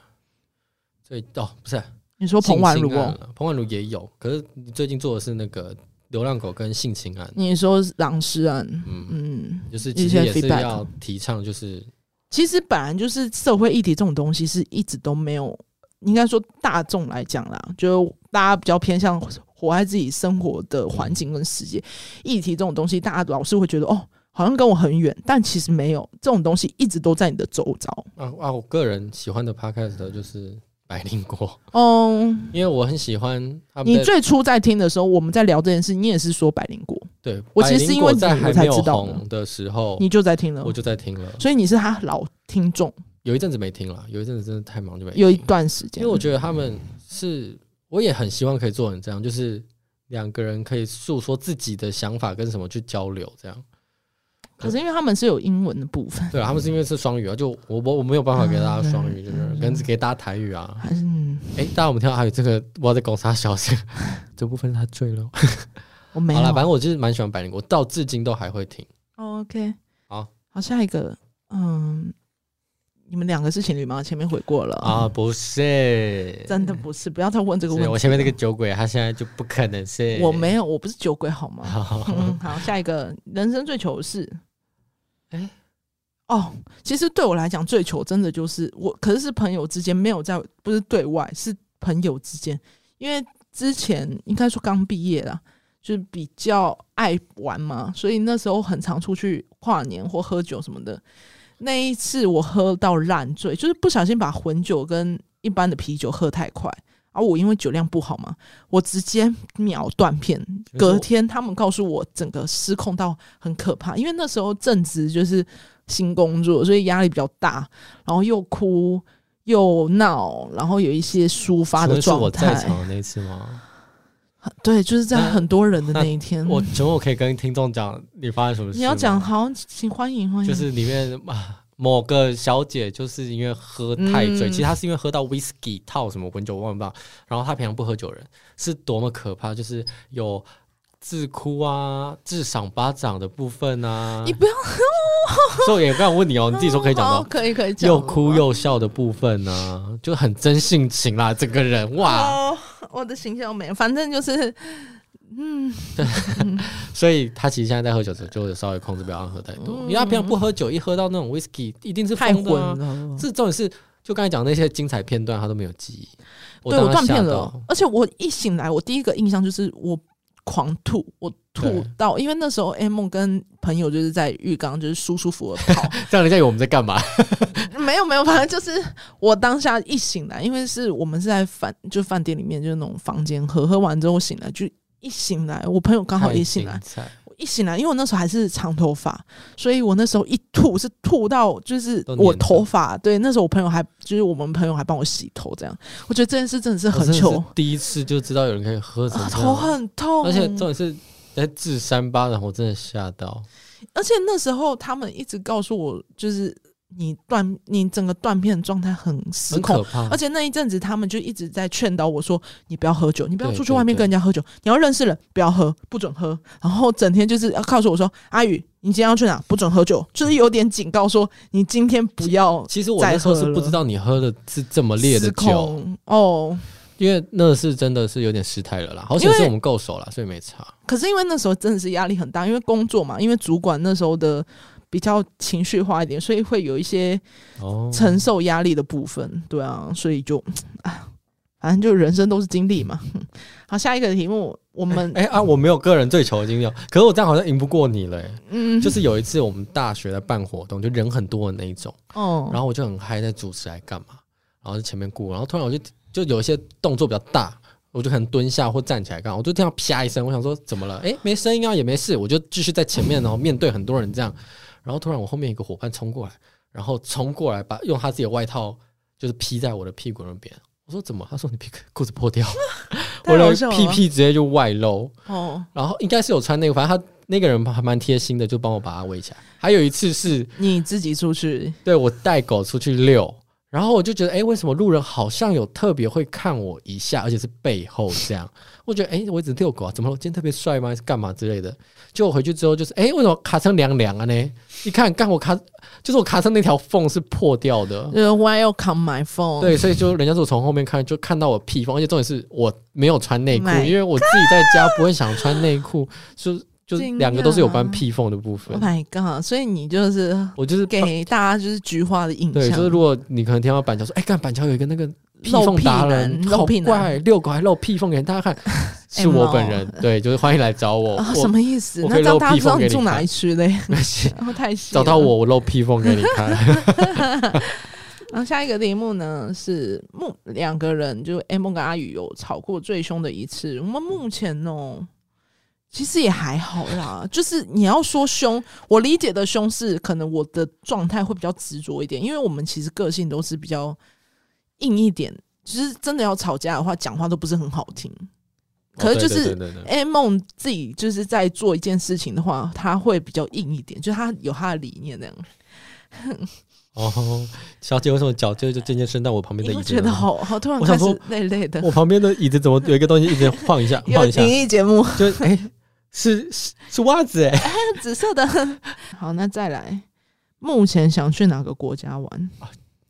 最哦不是
你说彭婉如
性侵案
哦，
了彭婉如也有，可是你最近做的是那个流浪狗跟性侵案，
你说狼师案，
嗯，
嗯，
就是
一
其
些
实也是
feedback
要提倡，就是
其实本来就是社会议题这种东西是一直都没有，应该说大众来讲啦，就大家比较偏向活在自己生活的环境跟世界。议题这种东西，大家老是会觉得哦，好像跟我很远，但其实没有，这种东西一直都在你的周遭。
啊啊，我个人喜欢的 podcast 就是百灵果，
嗯，
因为我很喜欢他们
你
在。
最初在听的时候，我们在聊这件事，你也是说百灵果，
对，
我其实是因为
百灵果在
你
还
我才
没有
知道
红的时候，
你就在听了
哦我，就在听了。
所以你是他老听众，
有一阵子没听了，有一阵子真的太忙就没听。
有一段时间。
因为我觉得他们是，我也很希望可以做成这样，就是两个人可以诉说自己的想法跟什么去交流，这样。
可是因为他们是有英文的部分，
对啊，他们是因为是双语啊，就我我我没有办法给大家双语，
嗯
就是可能只给大家台语啊。
还是嗯
哎、大家有没有听到还有这个我在攻杀小姐， 这部分他醉了。
我没有
好了，。反正我就是蛮喜欢百灵果，到至今都还会听。
哦 OK，
好，
好，下一个，嗯，你们两个是情侣吗？前面回过了
啊，，不是，
真的不是，不要再问这个问
是
题。
我前面那个，酒鬼，他现在就不可能是
我 没有，我不是酒鬼好吗？
好
嗯，好，下一个，人生最求的事，
哎
哦，其实对我来讲，最求真的就是我，可是是朋友之间，没有在，不是对外，是朋友之间，因为之前应该说刚毕业啦。就是比较爱玩嘛，所以那时候很常出去跨年或喝酒什么的。那一次我喝到烂醉，就是不小心把混酒跟一般的啤酒喝太快，而、我因为酒量不好嘛，我直接秒断片。
实
隔
我
天他们告诉我整个失控到很可怕，因为那时候正值就是新工作，所以压力比较大，然后又哭又闹，然后有一些抒发的
哦请问是
状
我在
态
场。的那一次吗？
对，就是在
那
很多人的
那
那一天。
我请问我可以跟听众讲你发生什么
嗯
事？
你要讲，好，请欢迎欢迎。
就是里面啊某个小姐就是因为喝太醉，
嗯
其实她是因为喝到 whisky 套什么混酒忘不到，然后她平常不喝酒的人是多么可怕，就是有自哭啊、自赏巴掌的部分啊
你，不要
所以我也不想问你哦，你自己说可以讲
好
到
可以可以讲。
又哭又笑的部分啊，就很真性情啦，整个人哇。
哦，我的形象没有，反正就是，嗯，
所以他其实现在在喝酒的时候，就稍微控制不要让他喝太多，因为他平常不喝酒，一喝到那种 whisky 一定是
嗯太
疯
混
的、啊。
了。
这重点是，就刚才讲的那些精彩片段，他都没有记忆。
对我
当
断
时吓
片
到
了，而且我一醒来，我第一个印象就是我狂吐，我吐
对
到，因为那时候 M 梦跟朋友就是在浴缸，就是舒舒服服的 泡，
这样人家以为我们在干嘛？
没有没有，反正就是我当下一醒来，因为是我们是在饭就饭店里面，就是那种房间喝，喝完之后我醒来就一醒来，我朋友刚好也醒来
太，精彩，
我一醒来，因为我那时候还是长头发，所以我那时候一吐是吐到就是
都黏
我
着
头发，对，那时候我朋友还就是我们朋友还帮我洗头，这样，我觉得这件事真的是
我
很
哦真的
糗
是，第一次就知道有人可以喝成
啊
这
头
样，
很痛，
而且重点是在治三巴掌，我真的吓到。
而且那时候他们一直告诉我，就是你断你整个断片状态很失
很
控
可，怕
而。且那一阵子，他们就一直在劝导我说：“你不要喝酒，你不要
对
出去外面
对对
跟人家喝酒，你要认识人，不要喝，不准喝。”然后整天就是要告诉我说：“阿宇，你今天要去哪？不准喝酒。”就是有点警告说：“你今天不要
其实我那时候是不知道你喝的是这么烈的
失
酒，
控哦。
因为那是真的是有点失态了啦。好险
因为
是我们够熟了，所以没差。”
可是因为那时候真的是压力很大，因为工作嘛，因为主管那时候的比较情绪化一点，所以会有一些
哦，
承受压力的部分，对啊，所以就啊，反正就人生都是经历嘛。 哼好，下一个题目，我们、
哎、啊，我没有个人最糗的经历，哦，可是我这样好像赢不过你嘞、哎
嗯，
就是有一次我们大学在办活动，就人很多的那一种，
哦，
然后我就很嗨在主持来干嘛，然后就前面顾，然后突然我就就有一些动作比较大，我就可能蹲下或站起来干嘛，我就听到啪一声，我想说怎么了？哎、没声音啊，也没事，我就继续在前面， 然后面对很多人这样，然后突然我后面一个伙伴冲过来，然后冲过来把用他自己的外套就是披在我的屁股那边，我说怎么？他说你屁股裤子破掉，
太
我
好啊
的
笑了
屁屁直接就外露。
哦，
然后应该是有穿那个，反正他那个人还蛮贴心的，就帮我把它围起来。还有一次是
你自己出去，
对我带狗出去遛，然后我就觉得，哎、为什么路人好像有特别会看我一下，而且是背后这样？我觉得，哎、我一直遛狗啊，怎么了？我今天特别帅吗？还是干嘛之类的？就我回去之后，就是，哎、为什么卡成凉凉啊呢？一看，干我卡，就是我卡上那条缝是破掉的。
呃，Why you come my phone？
对，所以就人家就从后面看，就看到我屁缝，而且重点是我没有穿内裤，
My
因为我自己在家不会想穿内 裤，就就
惊
两个都是有关
讶
屁缝的部分
，Oh。my god！所以你就是
我就是
给大家就是菊花的印象，
对，就是如果你可能听到板桥说，哎、看板桥有一个那个屁
露
缝
屁
达
男
人，，
露屁
好怪
男，哎
遛狗还露屁缝给大家 看，是我本人，对，就是欢迎来找我，
啊，什
我
么意思？
我
那
可以
这样
露
大家
屁
知道
缝给
你
你
住哪
看
一区嘞？
没事
然后太细了
找到我，我露屁缝给你看，
然后下一个题目呢是目两个人，就 M 跟阿宇有吵过最凶的一次。我们目前哦，其实也还好啦。就是你要说凶，我理解的凶是可能我的状态会比较执着一点，因为我们其实个性都是比较硬一点。其实真的要吵架的话，讲话都不是很好听。 可是就是
哦对对对对对
A 梦自己就是在做一件事情的话，他会比较硬一点，就是他有他的理念那样。
哦，小姐为什么脚就就渐渐伸到我旁边
你
的椅
会
子
觉
了
得
呢？
好好突然
我
开
想
始
说
累累的。
我旁边的椅子怎么有一个东西一直晃一下，
有
晃一下
灵？异节目，
就 哎、是是是袜子哎、
紫色的。 好，那再来，目前想去哪个国家玩？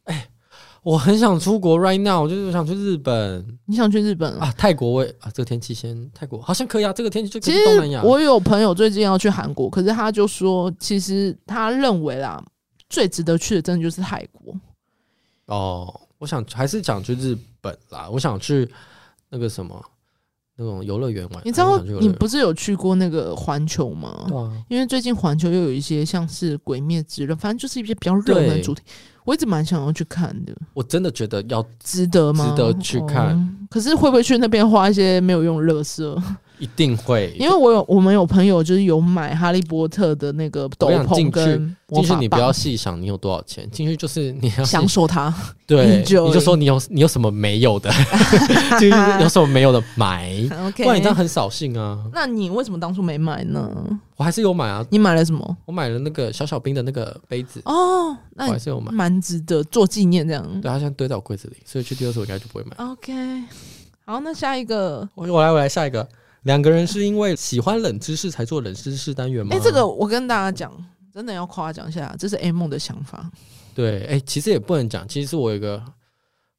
我很想出国 right now，我就是想去日本
你想去日本啊？
啊，泰国我也啊，这个天气先泰国好像可以啊，这个天气就可
其
以
实
去东南亚。
我有朋友最近要去韩国，可是他就说，其实他认为啦，最值得去的真的就是泰国。
哦，我想还是想去日本啦，我想去那个什么那种游乐园玩。
你知道
还是想去
你
游乐园
不是有去过那个环球吗？
对啊，
因为最近环球又有一些像是《鬼灭之刃》，反正就是一些比较热门的
对
主题，我一直蛮想要去看的，
我真的觉得要
值得吗？
值得去看
哦可是会不会去那边花一些没有用的垃圾？
一定会，
因为我有我们有朋友就是有买哈利波特的那个斗
我想进
篷
去
跟魔
进去
法
你不要
棒，
细想你有多少钱，进去就是你要
享受它。
对，你
enjoy
就说你有你有什么没有的， 就是有什么没有的 买，
OK，
嗯不然你这样很扫兴啊。
那你为什么当初没买呢？
我还是有买啊，
你买了什么？
我买了那个小小兵的那个杯子，
哦，
我
那
还是有买。
蛮值得做纪念这样。
对，它现在堆在我柜子里，所以去第二次我应该就不会买。
OK，好，那下一个，
我我来我来下一个，两个人是因为喜欢冷知识才做冷知识单元吗？
哎、这个我跟大家讲，真的要夸奖一下，这是 A 梦的想法。
对，哎、其实也不能讲，其实我有一个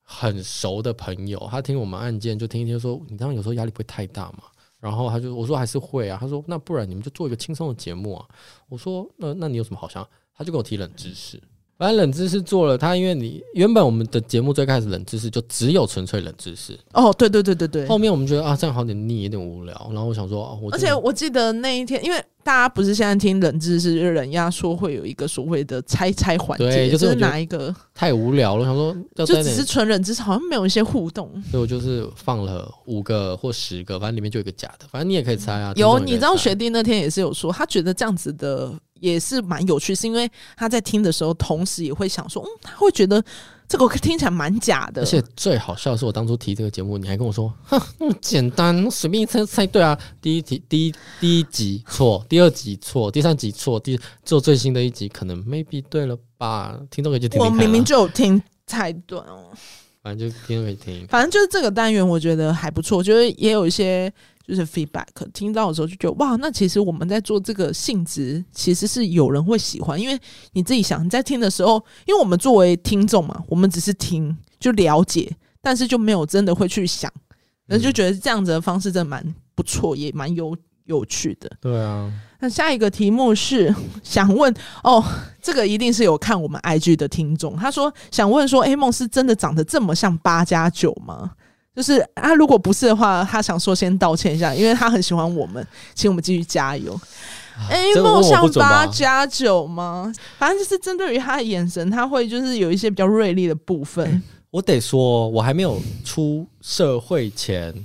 很熟的朋友，他听我们案件就听一听说，你这样有时候压力不会太大嘛？然后他就我说还是会啊，他说那不然你们就做一个轻松的节目啊。我说那那你有什么好想？他就跟我提冷知识，反正冷知识做了，他因为你原本我们的节目最开始冷知识就只有纯粹冷知识，
哦，对对对对对，
后面我们觉得啊这样好点腻，有点无聊，然后我想说，哦、我
而
真的
且我记得那一天，因为大家不是现在听冷知识，就是人家说会有一个所谓的猜猜环节，
对就是
是
我觉得
哪一个，
太无聊了，我想说要
就
再
只
点
是纯冷知识，好像没有一些互动。
所以我就是放了五个或十个，反正里面就有一个假的，反正你也可以猜啊。
有，
听众也可以
你知道
猜
学弟那天也是有说，他觉得这样子的也是蛮有趣，是因为他在听的时候，同时也会想说，嗯，他会觉得这个听起来蛮假的，
而且最好笑的是，我当初提这个节目，你还跟我说，哼，那么简单，随便一猜猜对啊。第一题，第一第一集错，第二集错，第三集错，第做最新的一集可能 maybe 对了吧？听众可以去听
我
听看啊
明明就有听猜对哦。
反正就听众可以听听看。
反正就是这个单元，我觉得还不错，就是也有一些就是 feedback，听到的时候就觉得哇，那其实我们在做这个性质，其实是有人会喜欢，因为你自己想你在听的时候，因为我们作为听众嘛，我们只是听就了解，但是就没有真的会去想，那就觉得这样子的方式真的蛮不错，也蛮有有趣的。
对啊，
那下一个题目是想问哦，这个一定是有看我们 IG 的听众，他说想问说，A 梦是真的长得这么像八加九吗？就是啊，如果不是的话，他想说先道歉一下，因为他很喜欢我们，请我们继续加油。A
啊这个
梦
问我
像
不准
八
吗？
加九吗？反正就是针对于他的眼神，他会就是有一些比较锐利的部分。
我得说，哦我还没有出社会前，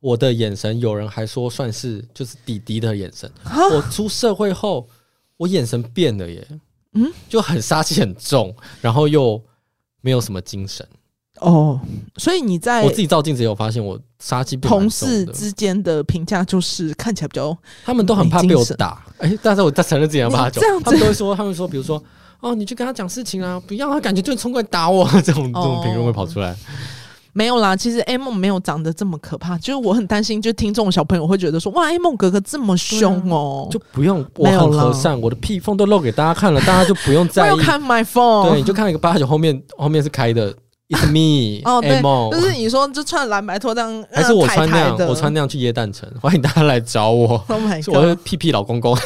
我的眼神，有人还说算是就是弟弟的眼神。
啊
我出社会后，我眼神变了耶，
嗯
嗯，就很杀气很重，然后又没有什么精神。
哦，所以你在
我自己照镜子也有发现，我杀气变蛮
同
重
事
的
之间的评价就是看起来比较
他们都很怕被
没
我
精神
打。哎、但是我在承认自己要怕
你
打，
这样子
他们都会说，他们说，比如说，哦，你去跟他讲事情啊，不要啊，感觉就冲过来打我， 这种这
哦
种评论会跑出来。
没有啦。其实 A 梦没有长得这么可怕，就是我很担心，就是听众小朋友会觉得说，哇，A 梦哥哥这么凶哦、
啊就不用，我
没有
很
了
和善，我的屁缝都露给大家看了，大家就不用在意。
Welcome my
对，
phone。
你就看一个八九后面后面是 开的，It's me，
哦，对
M，O
就是你说就穿蓝白拖这样，
还是我
呃
穿那
抬
样
抬，的
我穿那样去耶诞城，欢迎大家来找我，
Oh my
是 我的
god！
屁屁老公公。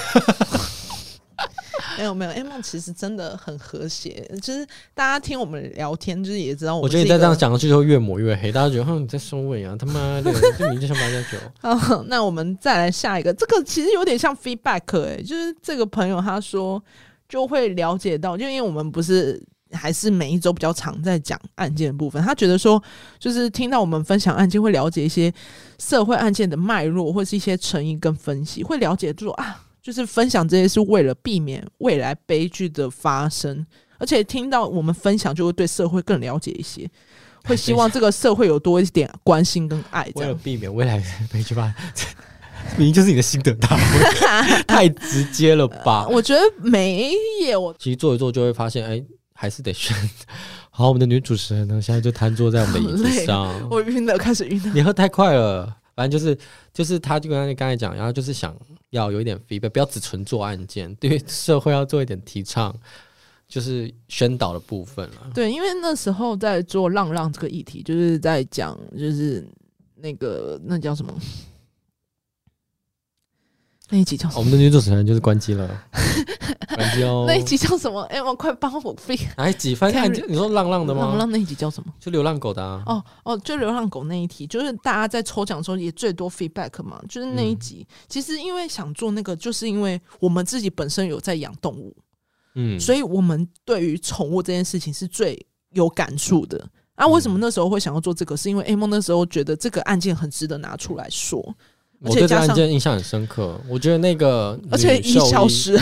没有没有，A 梦其实真的很和谐，就是大家听我们聊天，就是也知道我
我
们
觉得
是
你
一
再
个
这样讲下去就会越抹越黑，大家觉得哼你在收尾 啊，他妈的，这明就像八加九。
好， 那我们再来下一个，这个其实有点像 feedback 哎、就是这个朋友他说就会了解到，就因为我们不是还是每一周比较常在讲案件的部分，他觉得说就是听到我们分享案件会了解一些社会案件的脉络，或是一些成因跟分析，会了解说啊，就是分享这些是为了避免未来悲剧的发生，而且听到我们分享就会对社会更了解一些。会希望这个社会有多一点关心跟爱，哎这
为
样
了避免未来 悲剧吧，这明明就是你的心得大 会，太直接了吧？
我觉得没有，
其实做一做就会发现，哎、还是得选。好，我们的女主持人呢，现在就瘫坐在我们的椅子上。
我晕了，开始晕了。
你喝太快了，反正就是就是，他就跟刚才讲，然后就是想要有一点 feedback，不要只纯做案件，对社会要做一点提倡，就是宣导的部分了。
对，因为那时候在做浪浪这个议题，就是在讲，就是那个那叫什么？那一集叫什
我
么？
们的女主持人就是关机了， 关机 哦
那。一集叫什么？哎、我快帮我飞！
哪几番案件？你说浪浪的吗？
浪浪那一集叫什么？
就流浪狗的啊。
哦哦，就流浪狗那一题，就是大家在抽奖的时候也最多 feedback 嘛，就是那一
嗯
集。其实因为想做那个，就是因为我们自己本身有在养动物，
嗯，
所以我们对于宠物这件事情是最有感触的。啊，
嗯
为什么那时候会想要做这个？是因为 A 梦那时候觉得这个案件很值得拿出来说，而
我
且
对这
加
个案
上
件印象很深刻。我觉得那个
而且
女
一
兽
小
医
时，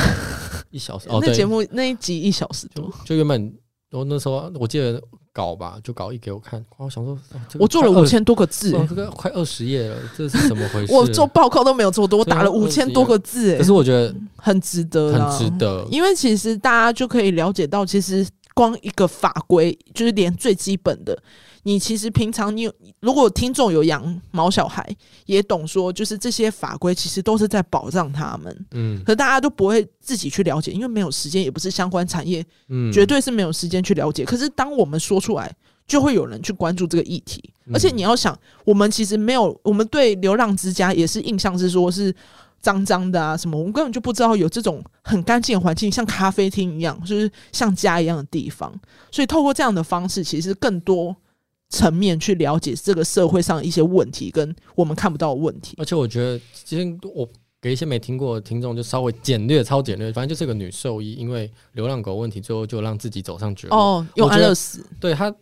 一小时哦，
那
对
节目那一集一小时多，
就原本我那时候我记得搞吧，就搞一给我看，哇我想说，哦这个
我做了
快
五
20
千多个字、
哇这个快二十页了，这是怎么回事？
我做报告都没有做多，我
对啊
打了五千多个字、
可是我觉得
很值得啦，
很值得，
因为其实大家就可以了解到，其实光一个法规，就是连最基本的，你其实平常你有，如果听众有养毛小孩，也懂说，就是这些法规其实都是在保障他们。
嗯
可大家都不会自己去了解，因为没有时间，也不是相关产业，
嗯，
绝对是没有时间去了解。可是当我们说出来，就会有人去关注这个议题。
嗯
而且你要想，我们其实没有，我们对流浪之家也是印象是说是脏脏的啊什么，我们根本就不知道有这种很干净的环境，像咖啡厅一样，就是像家一样的地方。所以透过这样的方式，其实更多层面去了解这个社会上一些问题跟我们看不到的问题。
而且我觉得，其实我给一些没听过的听众，就稍微简略、超简略，反正就是个女兽医，因为流浪狗问题，最后就让自己走上绝路。
哦，用
我觉
安
得
乐死，
对她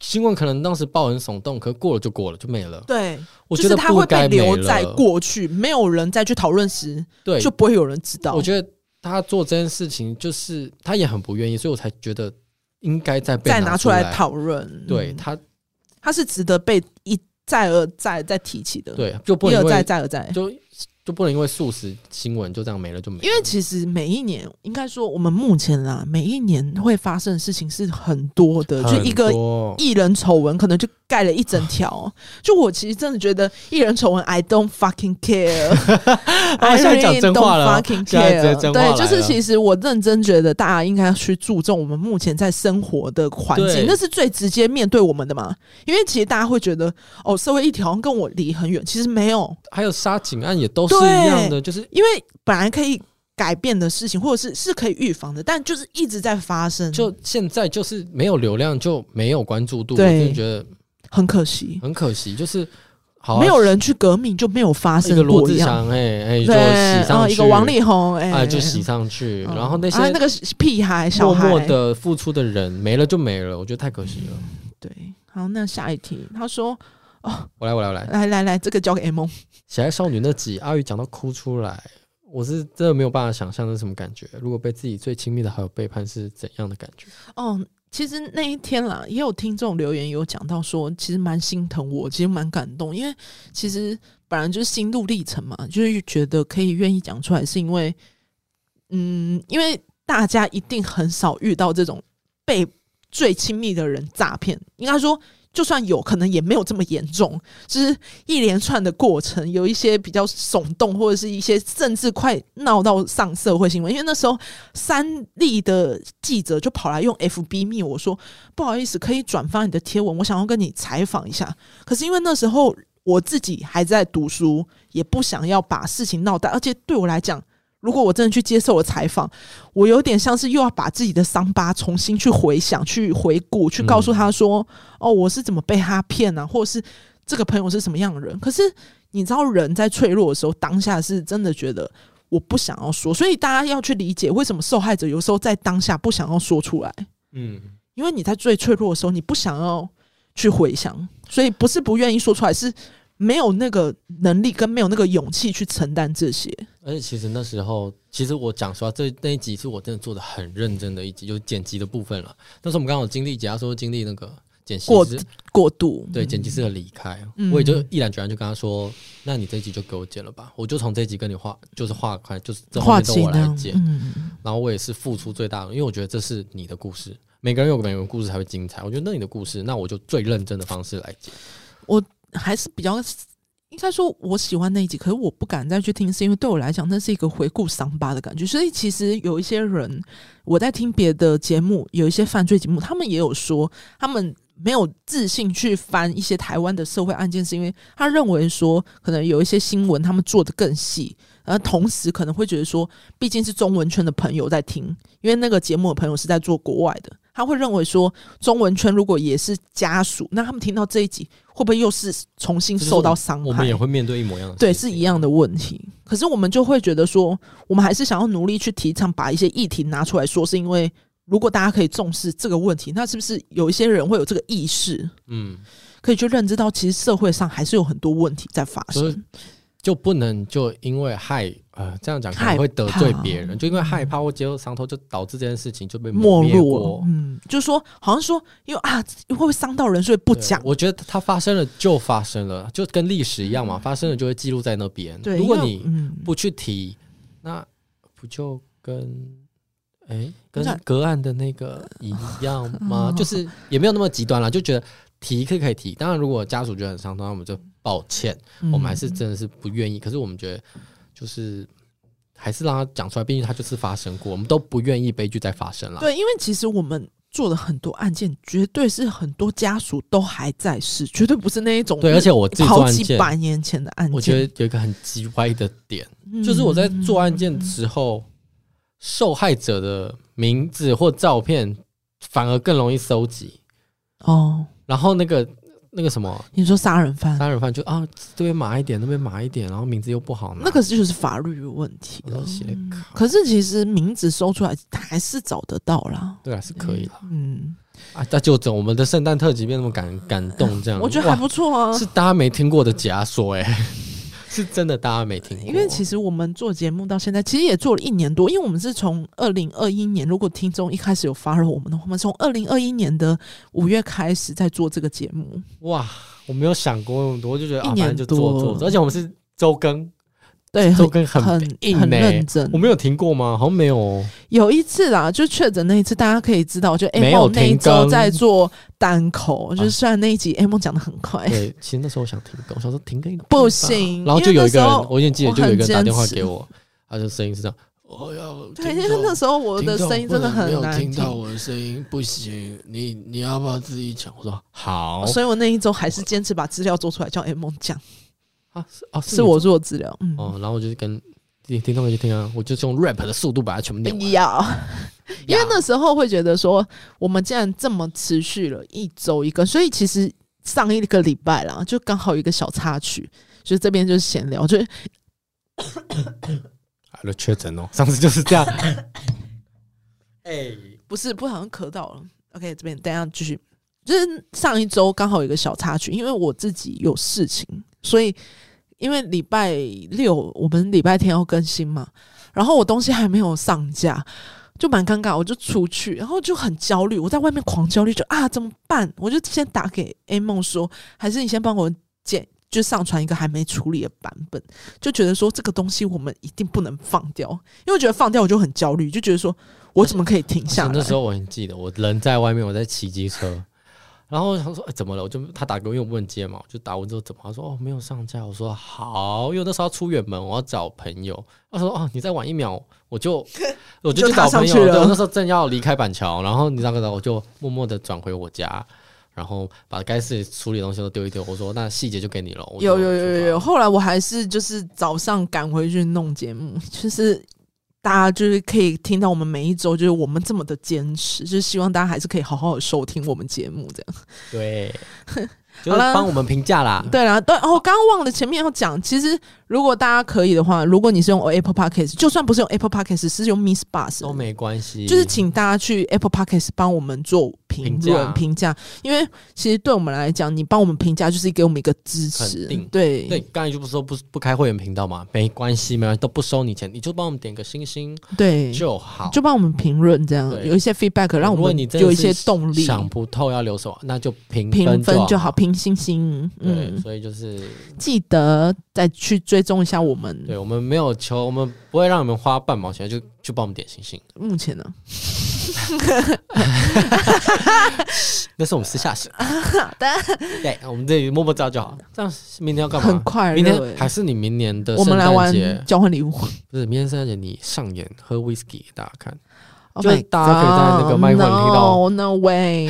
新闻可能当时报很耸动，可过了就过了，就没了。
对，
我
就是
觉得
它会
不该
被留
没了
在过去，没有人再去讨论时，
对，
就不会有人知道
我。觉得他做这件事情，就是他也很不愿意，所以我才觉得应该再被
再拿
出
出来。讨论，
对
嗯
他，
它是值得被一再而再再提起的，，
对就不
一
能
而
因
再
为
再而再。
就就不能因为素食新闻就这样没了就没了。
因为其实每一年，应该说我们目前啦，每一年会发生的事情是很多的，就一个
很多。
艺人丑闻可能就盖了一整条。就我其实真的觉得艺人丑闻，I don't fucking care
啊现在讲真话了
I really don't，fucking
现在直接
care。
真话
对，
来了
就是其实我认真觉得大家应该去注重我们目前在生活的环境
对，
那是最直接面对我们的嘛。因为其实大家会觉得哦，社会议题好像跟我离很远，其实没有，
还有杀警案也都是一样的，就是
因为本来可以。改变的事情，或者是是可以预防的，但就是一直在发生，
就现在就是没有流量就没有关注度，我
对
真的觉得
很可惜，
很可惜。就是好啊、
没有人去革命就没有发
一
生
个罗
过
志
一样。
祥，哎、哎、就
对，
洗
然
上
后
去，
一个王力宏，哎、
哎就洗上去，
嗯
然后那些
啊、那个屁孩小
默
孩
默的付出的人没了就没了，我觉得太可惜了。
对。好，那下一题，他说
我来，我来，我来。
来来来，这个交给 M，
小爱少女那集，阿宇讲到哭出来，我是真的没有办法想象那是什么感觉。如果被自己最亲密的好友背叛是怎样的感觉？
哦，其实那一天啦，也有听众留言有讲到说，其实蛮心疼我，其实蛮感动，因为其实本来就是心路历程嘛，就是觉得可以愿意讲出来，是因为，嗯，因为大家一定很少遇到这种被最亲密的人诈骗，应该说。就算有可能也没有这么严重，就是一连串的过程，有一些比较耸动，或者是一些甚至快闹到上社会新闻。因为那时候三立的记者就跑来用 FB 密我说，不好意思，可以转发你的贴文，我想要跟你采访一下。可是因为那时候我自己还在读书，也不想要把事情闹大，而且对我来讲。如果我真的去接受我采访，我有点像是又要把自己的伤疤重新去回想、去回顾、去告诉他说：“哦，我是怎么被他骗啊，或者是这个朋友是什么样的人。”可是你知道，人在脆弱的时候，当下是真的觉得我不想要说，所以大家要去理解为什么受害者有时候在当下不想要说出来，
嗯，
因为你在最脆弱的时候，你不想要去回想，所以不是不愿意说出来，是没有那个能力跟没有那个勇气去承担这些。
而且其实那时候，其实我讲实话，这那一集是我真的做的很认真的一集，就是剪辑的部分了。但是我们刚好经历解压说经历那个剪辑
过
师，
过度，
对剪辑师的离开，
嗯
我也就毅然决然就跟他说：“那你这一集就给我剪了吧，我就从这一集跟你划，就是划开，就是这后
划
面都
清
我来
啊
剪。
嗯，
然后我也是付出最大的，因为我觉得这是你的故事，每个人有每个人的故事才会精彩。我觉得那你的故事，那我就最认真的方式来讲。
还是比较。应该说，我喜欢那一集，可是我不敢再去听，是因为对我来讲，那是一个回顾伤疤的感觉。所以其实有一些人，我在听别的节目，有一些犯罪节目，他们也有说，他们没有自信去翻一些台湾的社会案件，是因为他认为说，可能有一些新闻他们做的更细，而同时可能会觉得说，毕竟是中文圈的朋友在听，因为那个节目的朋友是在做国外的，他会认为说，中文圈如果也是家属，那他们听到这一集，会不会又是重新受到伤
我们
害
也？会面对一模一样的，
对，是一样
的。
的问题。可是我们就会觉得说，我们还是想要努力去提倡把一些议题拿出来说，是因为如果大家可以重视这个问题，那是不是有一些人会有这个意识，
嗯，
可以去认知到其实社会上还是有很多问题在发
所
生
以？就不能就因为害呃这样讲可能会得罪别
害怕
人，就因为害怕或接受伤痛，就导致这件事情就被
没
灭
落
过
了，。嗯，就是说，好像说，因为啊，会不会伤到人，所以不
对
讲。
我觉得它发生了就发生了，就跟历史一样嘛，发生了就会记录在那边。
嗯对，
如果
因为
你
嗯，
不去提，那不就跟哎、
不是
跟隔岸的那个一样吗
哦？
就是也没有那么极端啦，就觉得提可以可以提。当然，如果家属觉得很伤痛，那我们就抱歉，
嗯
我们还是真的是不愿意。可是我们觉得就是还是让他讲出来，毕竟他就是发生过，我们都不愿意悲剧再发生啦。
对，因为其实我们做了很多案件，绝对是很多家属都还在世，绝对不是那一种
对，而且我自己做
好
案
几
件，
百年前的案件。
我觉得有一个很鸡歪的点。
嗯
就是我在做案件之后，受害者的名字或照片反而更容易搜集，
哦，
然后那个那个什么
你说杀人犯，
杀人犯就啊这边码一点，那边码一点，然后名字又不好拿，
那个就是法律的问题
我都
了。
哦
嗯
写卡，
可是其实名字搜出来还是找得到啦，
对啊是可以了
嗯，
啊，那就整我们的圣诞特辑变那么感感动这样，
我觉得还
嗯哇
不错啊。
是大家没听过的假说哎、 是真的大家没听过，
因为其实我们做节目到现在，其实也做了一年多。因为我们是从二零二一年，如果听众一开始有 follow 我们的话，我们从二零二一年的五月开始在做这个节目。
哇我没有想过那么多，就觉得啊
一
反
年
正就做
多
做，而且我们是周更，
对，
周
很
更很
很
硬
很
呢、
认真
我。没有听过吗？好像没有哦。
有一次啦，就确诊那一次，大家可以知道，就 A
没有
梦那一
停
周
更啊
在做单口，就是虽然那一集 A 梦讲的很快，
对，其实那时候我想停更，我想说停更一个
不
吧
行
然后就有一个
嗯因为那时
人，
候
我已经记得，
我
就有一个
很
人打电话
坚持
给我，他的声音是这样，我要
对，
听
因为那
到
时候我的
听到
声音真的
不能
很
没
难
有听到我的声音不行，你你要不要自己讲？我说好
所以我那一周还是坚持把资料做出来，叫 A 梦讲，
啊，是啊，
是
你
我
做
做的资料，嗯，
哦，然后我就跟听听众们去听啊，我就用 rap 的速度把它全部念完，
要。啊 因为那时候会觉得说，我们既然这么持续了一周一个，所以其实上一个礼拜啦，就刚好有一个小插曲，就是这边就是闲聊，就是
啊，就确诊哦，上次就是这样，哎、
不是不小心咳到了。OK，这边等一下继续，就是上一周刚好有一个小插曲，因为我自己有事情，所以因为礼拜六我们礼拜天要更新嘛，然后我东西还没有上架。就蛮尴尬，我就出去，然后就很焦虑，我在外面狂焦虑，就啊怎么办？我就先打给 A 梦说，还是你先帮我剪，就上传一个还没处理的版本，就觉得说这个东西我们一定不能放掉，因为我觉得放掉我就很焦虑，就觉得说我怎么可以停
而且
下来？
那时候我很记得，我人在外面，我在骑机车，然后他说、哎怎么了？我就他打给我，因为我不能接嘛，我就打完之后怎么？他说哦没有上架。我说好，因为那时候要出远门，我要找朋友。他说哦你再晚一秒，我就我就
就
去找
踏上
朋友。
去
对
了
我那时候正要离开板桥，然后你知道的，我就默默的转回我家。然后把该是处理的东西都丢一丢，我说那细节就给你了。我就
有有有
出
有
发
有，，后来我还是就是早上赶回去弄节目， 就是大家就是可以听到我们每一周就是我们这么的坚持，就是希望大家还是可以好好的收听我们节目这样。
对，就是
好啦
帮我们评价啦。
对啦，对哦，刚刚忘了前面要讲，其实如果大家可以的话，如果你是用 Apple Podcast，就算不是用 Apple Podcast，是用 Miss Bus
都没关系，
就是请大家去 Apple Podcast 帮我们做评
评价
论评价，因为其实对我们来讲，你帮我们评价就是给我们一个支持
肯定，
对
对，刚才就不是说不不开会员频道嘛，没关系，没关系，都不收你钱，你就帮我们点个星星
对
就好。
就帮我们评论，这样
对
有一些 feedback，让
如
我
果
们
你真的
有一
是
些动力。
想不透要留守，那就评
评分就
就
好，。评星星，
对，
嗯，
所以就是，
记得再去追踪一下我们
对我们没有求，我们不会让你们花半毛钱就就帮我们点星星，
目前呢，
那是我们私下事。
好的，
对，我们这里默默知道就好。这样明天要干
很
嘛？
快
明
乐
天
欸。
还是你明年的
我们
圣
来
诞
玩
节？
交换礼 物
不是，明天圣诞节你上演喝 whisky 给大家看。
，Oh
就
my
大家可以在那个麦克风听到
God, No, no way，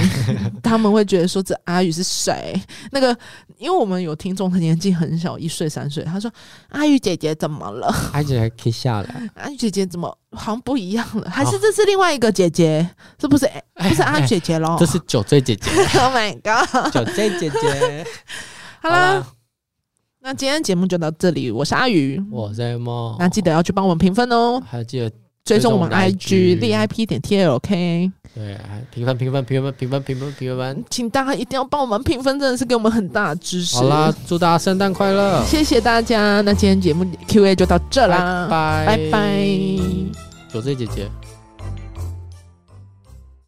他 们会觉得说这阿宇是谁？那个，因为我们有听众，他年纪很小，一岁三岁，他说阿宇姐姐怎么了？
而且还可以下来，
阿宇姐姐怎么好像不一样了？还
哦
是这是另外一个姐姐？这不是不是阿宇哦姐姐喽？
哎这是酒醉姐姐，
Oh my god！
酒醉姐姐。
好啦，，那今天节目就到这里，我是阿宇，
我在梦，
那记得要去帮我们评分哦，
还记得
追踪我们
追踪我们
IG
IG
VIP 点 TLK，
对，还评分评分评分评分评分评分。
请大家一定要帮我们评分，真的是给我们很大的支持。
好啦，，祝大家圣诞快乐，
谢谢大家，那今天节目 Q&A 就到这啦，
拜
拜拜
酒醉姐姐。